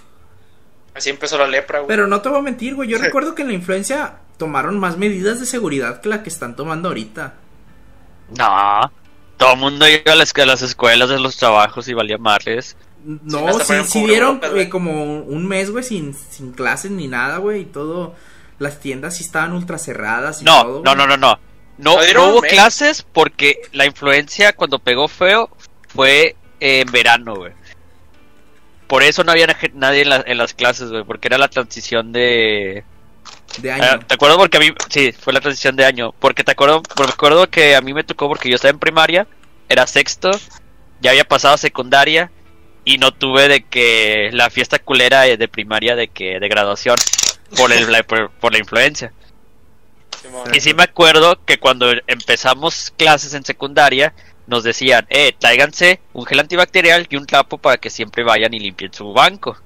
Speaker 4: Así empezó la lepra, güey.
Speaker 2: Pero no te voy a mentir, güey. Yo recuerdo que en la influencia tomaron más medidas de seguridad que la que están tomando ahorita.
Speaker 3: No. Todo el mundo iba a las, a las escuelas, a los trabajos y valía madres.
Speaker 2: No,
Speaker 4: hasta
Speaker 2: sí,
Speaker 4: ponían
Speaker 2: sí dieron
Speaker 4: cubrebocas,
Speaker 2: güey,
Speaker 4: güey.
Speaker 2: como un mes, güey, sin, sin clases ni nada, güey, y todo. Las tiendas sí estaban ultra cerradas y todo.
Speaker 3: No,
Speaker 2: güey.
Speaker 3: no, no, no, no. No,
Speaker 4: Lo dieron
Speaker 3: no
Speaker 4: un
Speaker 3: hubo
Speaker 4: mes.
Speaker 3: clases porque la influencia cuando pegó feo fue eh, en verano, güey. Por eso no había na- nadie en, la- en las clases, güey, porque era la transición de...
Speaker 2: De
Speaker 3: Ah,
Speaker 2: año.
Speaker 3: ¿Te acuerdas? Porque a mí... Sí, fue la transición de año. Porque te acuerdo, porque me acuerdo que a mí me tocó porque yo estaba en primaria, era sexto, ya había pasado a secundaria y no tuve de que la fiesta culera eh, de primaria de que de graduación por, el, la- por- por la influencia.
Speaker 4: Simón.
Speaker 3: Y sí me acuerdo que cuando empezamos clases en secundaria, nos decían, eh, tráiganse un gel antibacterial y un trapo para que siempre vayan y limpien su banco.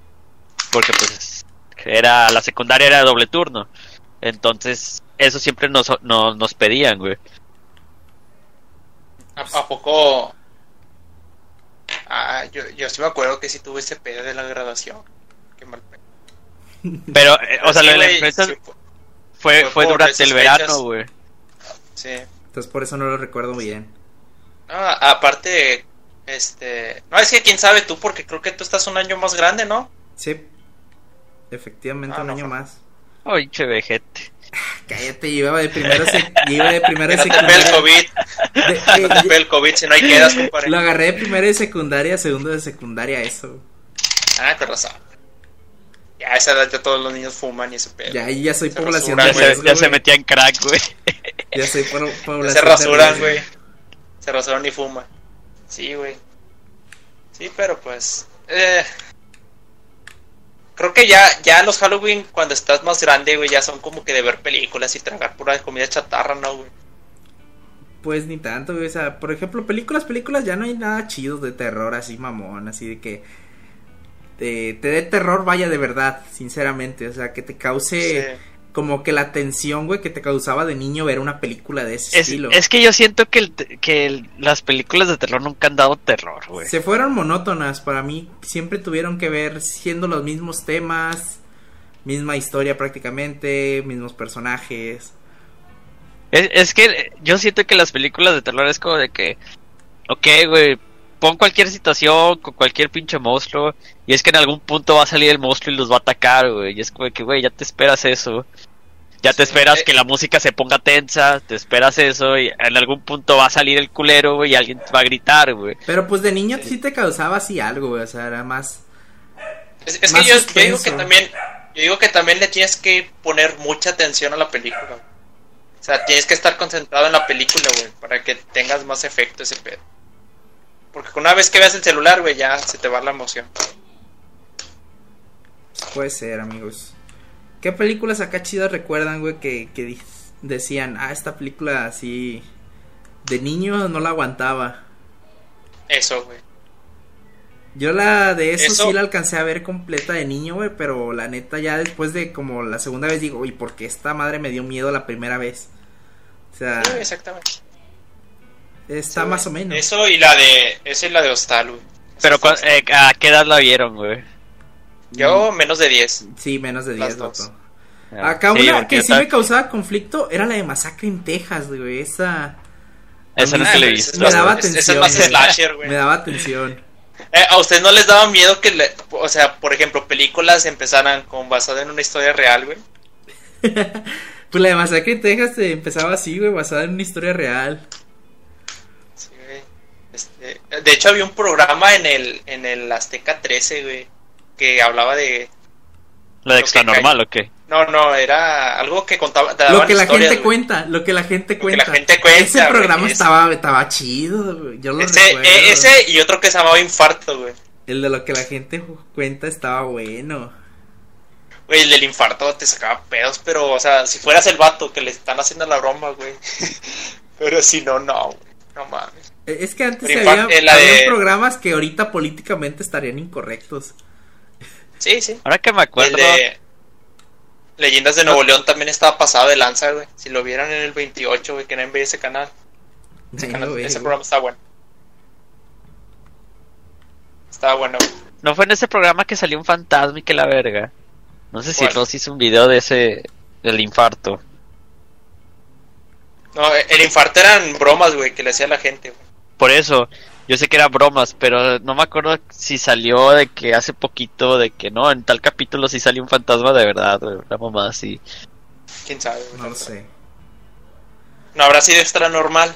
Speaker 3: Porque pues era la secundaria era de doble turno. Entonces, eso siempre nos, nos, nos pedían, güey.
Speaker 4: ¿A, a poco? Ah, yo, yo sí me acuerdo que sí tuve ese pedo de la graduación. Qué mal pedo.
Speaker 3: Pero, eh, o sea,
Speaker 4: Sí,
Speaker 3: lo de la
Speaker 4: güey,
Speaker 3: influenza
Speaker 4: sí fue-
Speaker 3: fue,
Speaker 4: fue
Speaker 3: fue
Speaker 4: por
Speaker 3: durante
Speaker 4: esas
Speaker 3: el verano,
Speaker 4: fechas.
Speaker 3: güey.
Speaker 4: sí.
Speaker 2: Entonces por eso no lo recuerdo bien.
Speaker 4: No, a- aparte, este. No, es que quién sabe tú, porque creo que tú estás un año más grande, ¿no?
Speaker 2: Sí. Efectivamente,
Speaker 4: Ah,
Speaker 2: un
Speaker 4: no,
Speaker 2: año
Speaker 4: fue-
Speaker 2: más.
Speaker 3: Ay, che, vejete.
Speaker 2: Cállate, yo iba de primero, sec- yo iba de primero
Speaker 4: Que
Speaker 2: de
Speaker 4: no te pegue el
Speaker 2: secundaria.
Speaker 4: COVID,
Speaker 2: De-
Speaker 4: no te
Speaker 2: eh,
Speaker 4: pegue el COVID, si no hay quedas, compadre.
Speaker 2: lo agarré de primero de secundaria, segundo de secundaria, eso.
Speaker 4: Ah, te razón. Ya a esa edad ya todos los niños fuman y ese pedo.
Speaker 2: Ya ahí ya soy
Speaker 4: Se
Speaker 2: población
Speaker 4: rasuran,
Speaker 2: de
Speaker 3: Ya,
Speaker 4: güey.
Speaker 3: se,
Speaker 2: riesgo.
Speaker 3: ya se
Speaker 2: güey.
Speaker 3: metían crack, güey.
Speaker 2: Ya soy po-
Speaker 4: Ya
Speaker 2: población
Speaker 4: se
Speaker 2: de
Speaker 4: rasuran,
Speaker 2: riesgo.
Speaker 4: güey. Se rasuran y fuman. Sí, güey. Sí, pero pues. eh, Creo que ya, ya los Halloween, cuando estás más grande, güey, ya son como que de ver películas y tragar pura comida chatarra, ¿no, güey?
Speaker 2: Pues ni tanto, güey. O sea, por ejemplo, películas, películas, ya no hay nada chido de terror así, mamón, así de que eh, te, te dé terror, vaya de verdad, sinceramente. O sea, que te cause
Speaker 4: Sí.
Speaker 2: como que la tensión, güey, que te causaba de niño ver una película de ese
Speaker 3: Es,
Speaker 2: estilo.
Speaker 3: es que yo siento que, el te- que el- las películas de terror nunca han dado terror, güey.
Speaker 2: Se fueron monótonas para mí. Siempre tuvieron que ver siendo los mismos temas, misma historia prácticamente, mismos personajes.
Speaker 3: Es, es que eh, yo siento que las películas de terror es como de que, ok, güey, pon cualquier situación con cualquier pinche monstruo y es que en algún punto va a salir el monstruo y los va a atacar, güey. Y es como de que, güey, ya te esperas eso. Ya te
Speaker 4: Sí,
Speaker 3: esperas
Speaker 4: eh.
Speaker 3: que la música se ponga tensa, te esperas eso y en algún punto va a salir el culero, güey, y alguien va a gritar, güey.
Speaker 2: Pero pues de niño sí te causaba así algo, güey. O sea, era más.
Speaker 4: Es, es
Speaker 2: Más
Speaker 4: que yo, yo digo
Speaker 2: suspenso.
Speaker 4: que también. Yo digo que también le tienes que poner mucha atención a la película, güey. O sea, tienes que estar concentrado en la película, güey, para que tengas más efecto ese pedo. Porque una vez que veas el celular, güey, ya se te va la emoción.
Speaker 2: Puede ser, amigos. ¿Qué películas acá chidas recuerdan, güey, que, que di- decían, ah, esta película así. De niño no la aguantaba.
Speaker 4: Eso, güey.
Speaker 2: Yo la de eso,
Speaker 4: Eso-
Speaker 2: sí la alcancé a ver completa de niño, güey, pero la neta ya después de como la segunda vez digo, uy, porque esta madre me dio miedo la primera vez? O sea,
Speaker 4: Sí, güey, exactamente.
Speaker 2: está
Speaker 4: Sí,
Speaker 2: más o
Speaker 4: güey.
Speaker 2: menos.
Speaker 4: Eso y la de. Esa y la de Hostal, güey.
Speaker 3: Pero
Speaker 4: Esa
Speaker 3: cua-
Speaker 4: fue-
Speaker 3: eh, ¿a qué edad la vieron, güey?
Speaker 4: Yo menos de 10.
Speaker 2: Sí, menos de
Speaker 4: Las
Speaker 2: 10,
Speaker 4: dos.
Speaker 2: vato. Acá
Speaker 3: Ah, Sí,
Speaker 2: una
Speaker 3: porque
Speaker 2: que
Speaker 3: yo
Speaker 2: sí
Speaker 3: ta-
Speaker 2: me causaba conflicto era la de Masacre en Texas, güey, esa
Speaker 3: Esa no
Speaker 4: Ah,
Speaker 3: se la he
Speaker 4: pero esa es
Speaker 3: visto.
Speaker 2: Me daba
Speaker 4: más- esa
Speaker 2: atención,
Speaker 4: Es más
Speaker 2: güey.
Speaker 4: slasher, güey.
Speaker 2: me daba atención.
Speaker 4: Eh, ¿A usted no les daba miedo que, le- o sea, por ejemplo, películas empezaran con basada en una historia real, güey?
Speaker 2: Pues la de Masacre en Texas eh, empezaba así, güey, basada en una historia real.
Speaker 4: Sí, güey. Este, de hecho, había un programa en el, en el Azteca 13, güey, que hablaba de,
Speaker 3: ¿La de
Speaker 4: Lo
Speaker 3: extra
Speaker 4: que cae.
Speaker 3: normal o qué?
Speaker 4: No, no, era algo que contaba. te
Speaker 2: Lo
Speaker 4: daban
Speaker 2: que la
Speaker 4: Ah, historias,
Speaker 2: gente
Speaker 4: güey.
Speaker 2: cuenta, lo que la gente
Speaker 4: que
Speaker 2: cuenta.
Speaker 4: la gente cuenta,
Speaker 2: Ese
Speaker 4: güey,
Speaker 2: programa
Speaker 4: ese.
Speaker 2: estaba, estaba chido, güey, yo lo
Speaker 4: Ese,
Speaker 2: recuerdo.
Speaker 4: e- ese y otro que se llamaba Infarto, güey.
Speaker 2: El de lo que la gente ju- cuenta estaba bueno.
Speaker 4: Güey, el del infarto te sacaba pedos, pero, o sea, si fueras el vato que le están haciendo la broma, güey. pero si no, no, güey. No mames.
Speaker 2: Eh, Es que antes
Speaker 4: Pero
Speaker 2: había,
Speaker 4: infan- eh, la
Speaker 2: había
Speaker 4: de-
Speaker 2: programas que ahorita políticamente estarían incorrectos.
Speaker 4: Sí, sí.
Speaker 3: Ahora que me
Speaker 4: El
Speaker 3: acuerdo,
Speaker 4: de Leyendas de Nuevo León también estaba pasado de lanza, güey. Si lo vieran en el 28, güey, que no veía ese canal. Ese,
Speaker 2: Ay,
Speaker 4: canal-
Speaker 2: güey,
Speaker 4: ese
Speaker 2: güey.
Speaker 4: programa está bueno. Estaba bueno. güey.
Speaker 3: ¿no fue en ese programa que salió un fantasma y que la verga? No sé si
Speaker 4: ¿Cuál?
Speaker 3: Ross hizo un video de ese, del infarto.
Speaker 4: No, e-, el infarto eran bromas, güey, que le hacía la gente, güey.
Speaker 3: Por eso, yo sé que eran bromas, pero no me acuerdo si salió de que hace poquito, de que no, en tal capítulo sí salió un fantasma de verdad, güey, una mamada así.
Speaker 4: Quién sabe, güey.
Speaker 2: No lo sé.
Speaker 4: No habrá sido extra normal.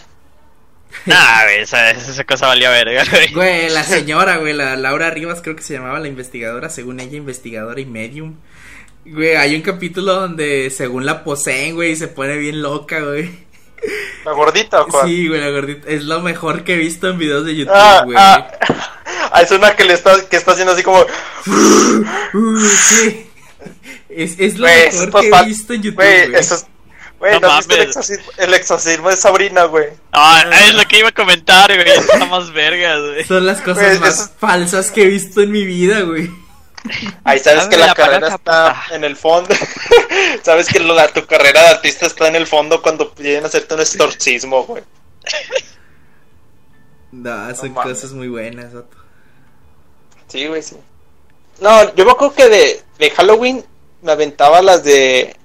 Speaker 3: Nah, güey, esa, esa cosa valía verga, güey.
Speaker 2: Güey, la señora, güey, la Laura Rivas creo que se llamaba la investigadora, según ella, investigadora y medium. Güey, hay un capítulo donde según la poseen, güey, y se pone bien loca, güey.
Speaker 1: ¿La gordita o cuál?
Speaker 2: Sí, güey, la gordita. Es lo mejor que he visto en videos de YouTube,
Speaker 1: Ah,
Speaker 2: güey.
Speaker 1: ah, ah, es una que le está, que está haciendo así como,
Speaker 2: Uh, sí. Es, es lo
Speaker 1: Güey, eso
Speaker 2: mejor
Speaker 1: está
Speaker 2: que he
Speaker 1: fal-
Speaker 2: visto en YouTube,
Speaker 1: güey,
Speaker 2: güey.
Speaker 1: eso es, güey,
Speaker 3: No
Speaker 1: ¿no, has visto el
Speaker 3: mames.
Speaker 1: exorcismo, el exorcismo de Sabrina, güey?
Speaker 3: Ah, es lo que iba a comentar, güey, está más vergas, güey.
Speaker 2: Son las cosas
Speaker 1: Güey,
Speaker 2: más
Speaker 1: eso-
Speaker 2: falsas que he visto en mi vida, güey.
Speaker 1: Ahí sabes
Speaker 3: Dame
Speaker 1: que la,
Speaker 3: la
Speaker 1: carrera
Speaker 3: palanca,
Speaker 4: Ah.
Speaker 1: está
Speaker 3: puta.
Speaker 1: en el fondo. sabes que la, tu carrera de artista está en el fondo cuando vienen a hacerte un exorcismo, güey.
Speaker 2: No, son
Speaker 1: mames.
Speaker 2: cosas muy buenas, vato.
Speaker 1: Sí, güey, sí. No, yo me acuerdo que de, de Halloween me aventaba las de.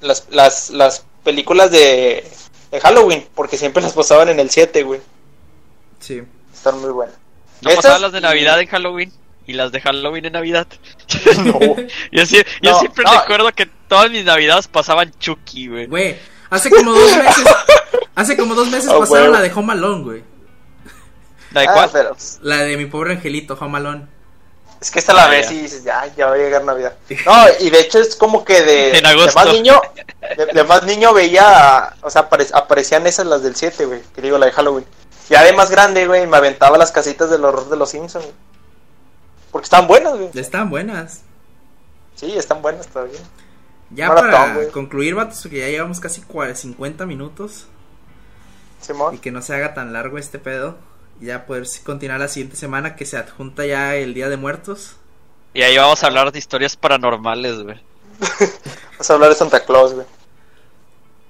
Speaker 1: las, las, las películas de, de Halloween, porque siempre las pasaban en el 7, güey.
Speaker 2: Sí.
Speaker 1: Están muy buenas.
Speaker 3: No
Speaker 1: Estas-
Speaker 3: pasaban las de Navidad en Halloween y las de Halloween en Navidad. yo, sí- yo
Speaker 1: No,
Speaker 3: siempre
Speaker 1: no.
Speaker 3: recuerdo que todas mis Navidades pasaban Chucky, güey.
Speaker 2: Güey, hace como dos meses. Hace como dos meses
Speaker 1: Ah,
Speaker 2: pasaron
Speaker 1: huevo.
Speaker 2: la de Home Alone, güey.
Speaker 3: ¿La de
Speaker 1: Ah,
Speaker 3: cuál?
Speaker 1: pero
Speaker 2: La de mi pobre angelito, Home Alone.
Speaker 1: es que esta la
Speaker 3: Ah,
Speaker 1: ves
Speaker 3: ya.
Speaker 1: y dices, ya, ya va a llegar Navidad. No, y de hecho es como que de,
Speaker 3: En
Speaker 1: de
Speaker 3: agosto.
Speaker 1: más niño, de, de más niño veía, o sea, apare- aparecían esas las del 7, güey, que digo la de Halloween. Ya de más grande, güey, me aventaba las casitas del horror de los Simpsons, güey. Porque están buenas, güey.
Speaker 2: Están buenas.
Speaker 1: Sí, están buenas todavía.
Speaker 2: Ya
Speaker 1: Maratón,
Speaker 2: para
Speaker 1: güey.
Speaker 2: concluir, vatos, que ya llevamos casi cua- 50 minutos. Y
Speaker 1: Simón.
Speaker 2: que no se haga tan largo este pedo. Y ya poder continuar la siguiente semana que se adjunta ya el Día de Muertos.
Speaker 3: Y ahí vamos a hablar de historias paranormales, güey.
Speaker 1: Vamos a hablar de Santa Claus, güey.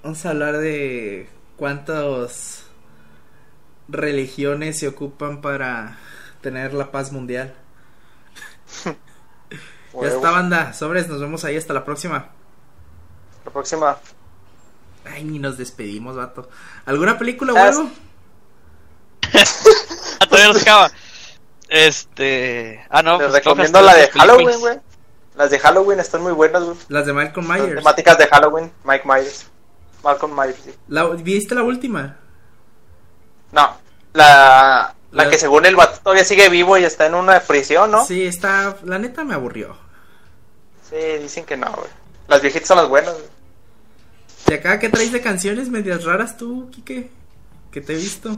Speaker 2: Vamos a hablar de cuántas religiones se ocupan para tener la paz mundial. Ya
Speaker 1: Huevo.
Speaker 2: está, banda. Sobres, nos vemos ahí hasta la próxima.
Speaker 1: La próxima.
Speaker 2: Ay, ni nos despedimos, vato. ¿Alguna película o
Speaker 1: Ah,
Speaker 2: algo?
Speaker 3: Ah, todavía no se acaba. Este. Ah, no.
Speaker 1: Les
Speaker 3: pues,
Speaker 1: recomiendo
Speaker 3: todas
Speaker 1: la de
Speaker 3: las
Speaker 1: Halloween,
Speaker 3: películas.
Speaker 1: güey. Las de Halloween están muy buenas, güey.
Speaker 2: Las de Malcolm
Speaker 1: Las
Speaker 2: Myers.
Speaker 1: temáticas de Halloween, Mike Myers. Malcolm Myers, sí.
Speaker 2: La- ¿Viste la última?
Speaker 1: No, la, la
Speaker 2: La-
Speaker 1: que según el vato todavía sigue vivo y está en una prisión, ¿no? Sí,
Speaker 2: Sí, está. La neta me aburrió.
Speaker 1: dicen que no, güey. Las viejitas son las buenas, güey.
Speaker 2: ¿Y acá qué traes de canciones medias raras tú, Quique? Que te he visto.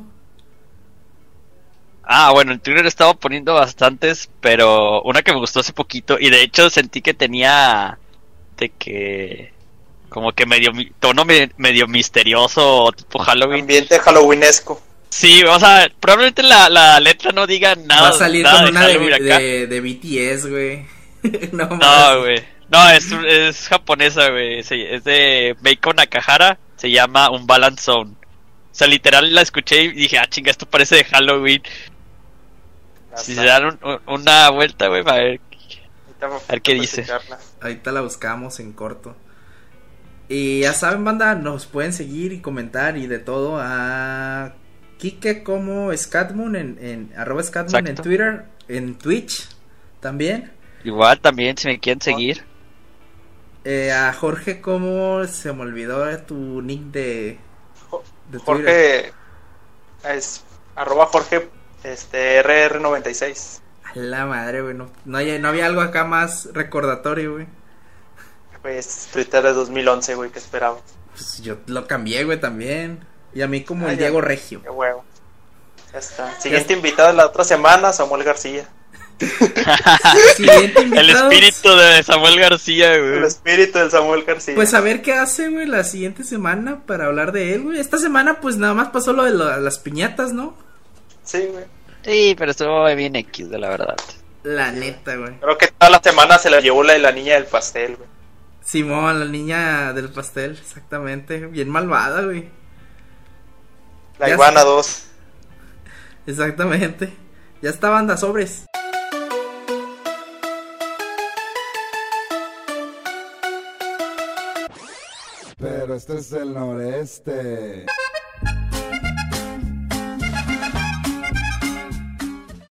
Speaker 3: Ah, bueno, en Twitter estaba poniendo bastantes, pero una que me gustó hace poquito y de hecho sentí que tenía de que como que medio mi- tono me- medio misterioso tipo Halloween.
Speaker 1: Ambiente halloweenesco.
Speaker 3: Sí, o sea, probablemente la, la letra no diga nada.
Speaker 2: Va a salir
Speaker 3: Ah, nada
Speaker 2: con
Speaker 3: de
Speaker 2: una de,
Speaker 3: Halloween acá.
Speaker 2: de, de BTS, güey. no, mames.
Speaker 3: No, güey. No, es, es japonesa, güey. Sí, es de Meiko Nakahara. Se llama Un Balance Zone. O sea, literal la escuché y dije, ah, chinga, esto parece de Halloween. Si se dan un- un- una vuelta, güey, a ver.
Speaker 1: A
Speaker 3: A ver qué dice.
Speaker 2: Ahorita la buscamos en corto. Y ya saben, banda, nos pueden seguir y comentar y de todo a Kike como Scatmoon en, en arroba Scatmoon en
Speaker 3: Exacto.
Speaker 2: Twitter, en Twitch también.
Speaker 3: Igual también, si me quieren seguir.
Speaker 2: Eh, a Jorge como se me olvidó tu nick de, de Twitter.
Speaker 1: Jorge es arroba Jorge este, RR96.
Speaker 2: A la madre, güey. No, no hay- no había algo acá más recordatorio, güey.
Speaker 4: Güey, este es Twitter de 2011, güey, que esperaba.
Speaker 2: Pues yo lo cambié, güey, también. Y a mí como
Speaker 4: Ah,
Speaker 2: el
Speaker 4: ya.
Speaker 2: Diego Regio.
Speaker 4: Qué huevo. Ya está. Siguiente invitado de la otra semana, Samuel García.
Speaker 2: Siguiente
Speaker 3: El
Speaker 2: invitado.
Speaker 3: espíritu de Samuel García,
Speaker 4: El
Speaker 3: güey.
Speaker 4: espíritu del Samuel García.
Speaker 2: Pues a ver qué hace, güey, la siguiente semana para hablar de él, güey. Esta semana, pues nada más pasó lo de la- las piñatas, ¿no?
Speaker 4: Sí, güey.
Speaker 3: Sí, pero estuvo bien X, de la verdad.
Speaker 2: La neta, güey.
Speaker 4: Creo que toda la semana se la llevó la de la niña del pastel, güey.
Speaker 2: Simón, la niña del pastel, exactamente. Bien malvada, güey.
Speaker 4: La
Speaker 2: Ya
Speaker 4: Iguana
Speaker 2: sé.
Speaker 4: 2.
Speaker 2: Exactamente. Ya está banda sobres.
Speaker 5: Pero este es el noreste.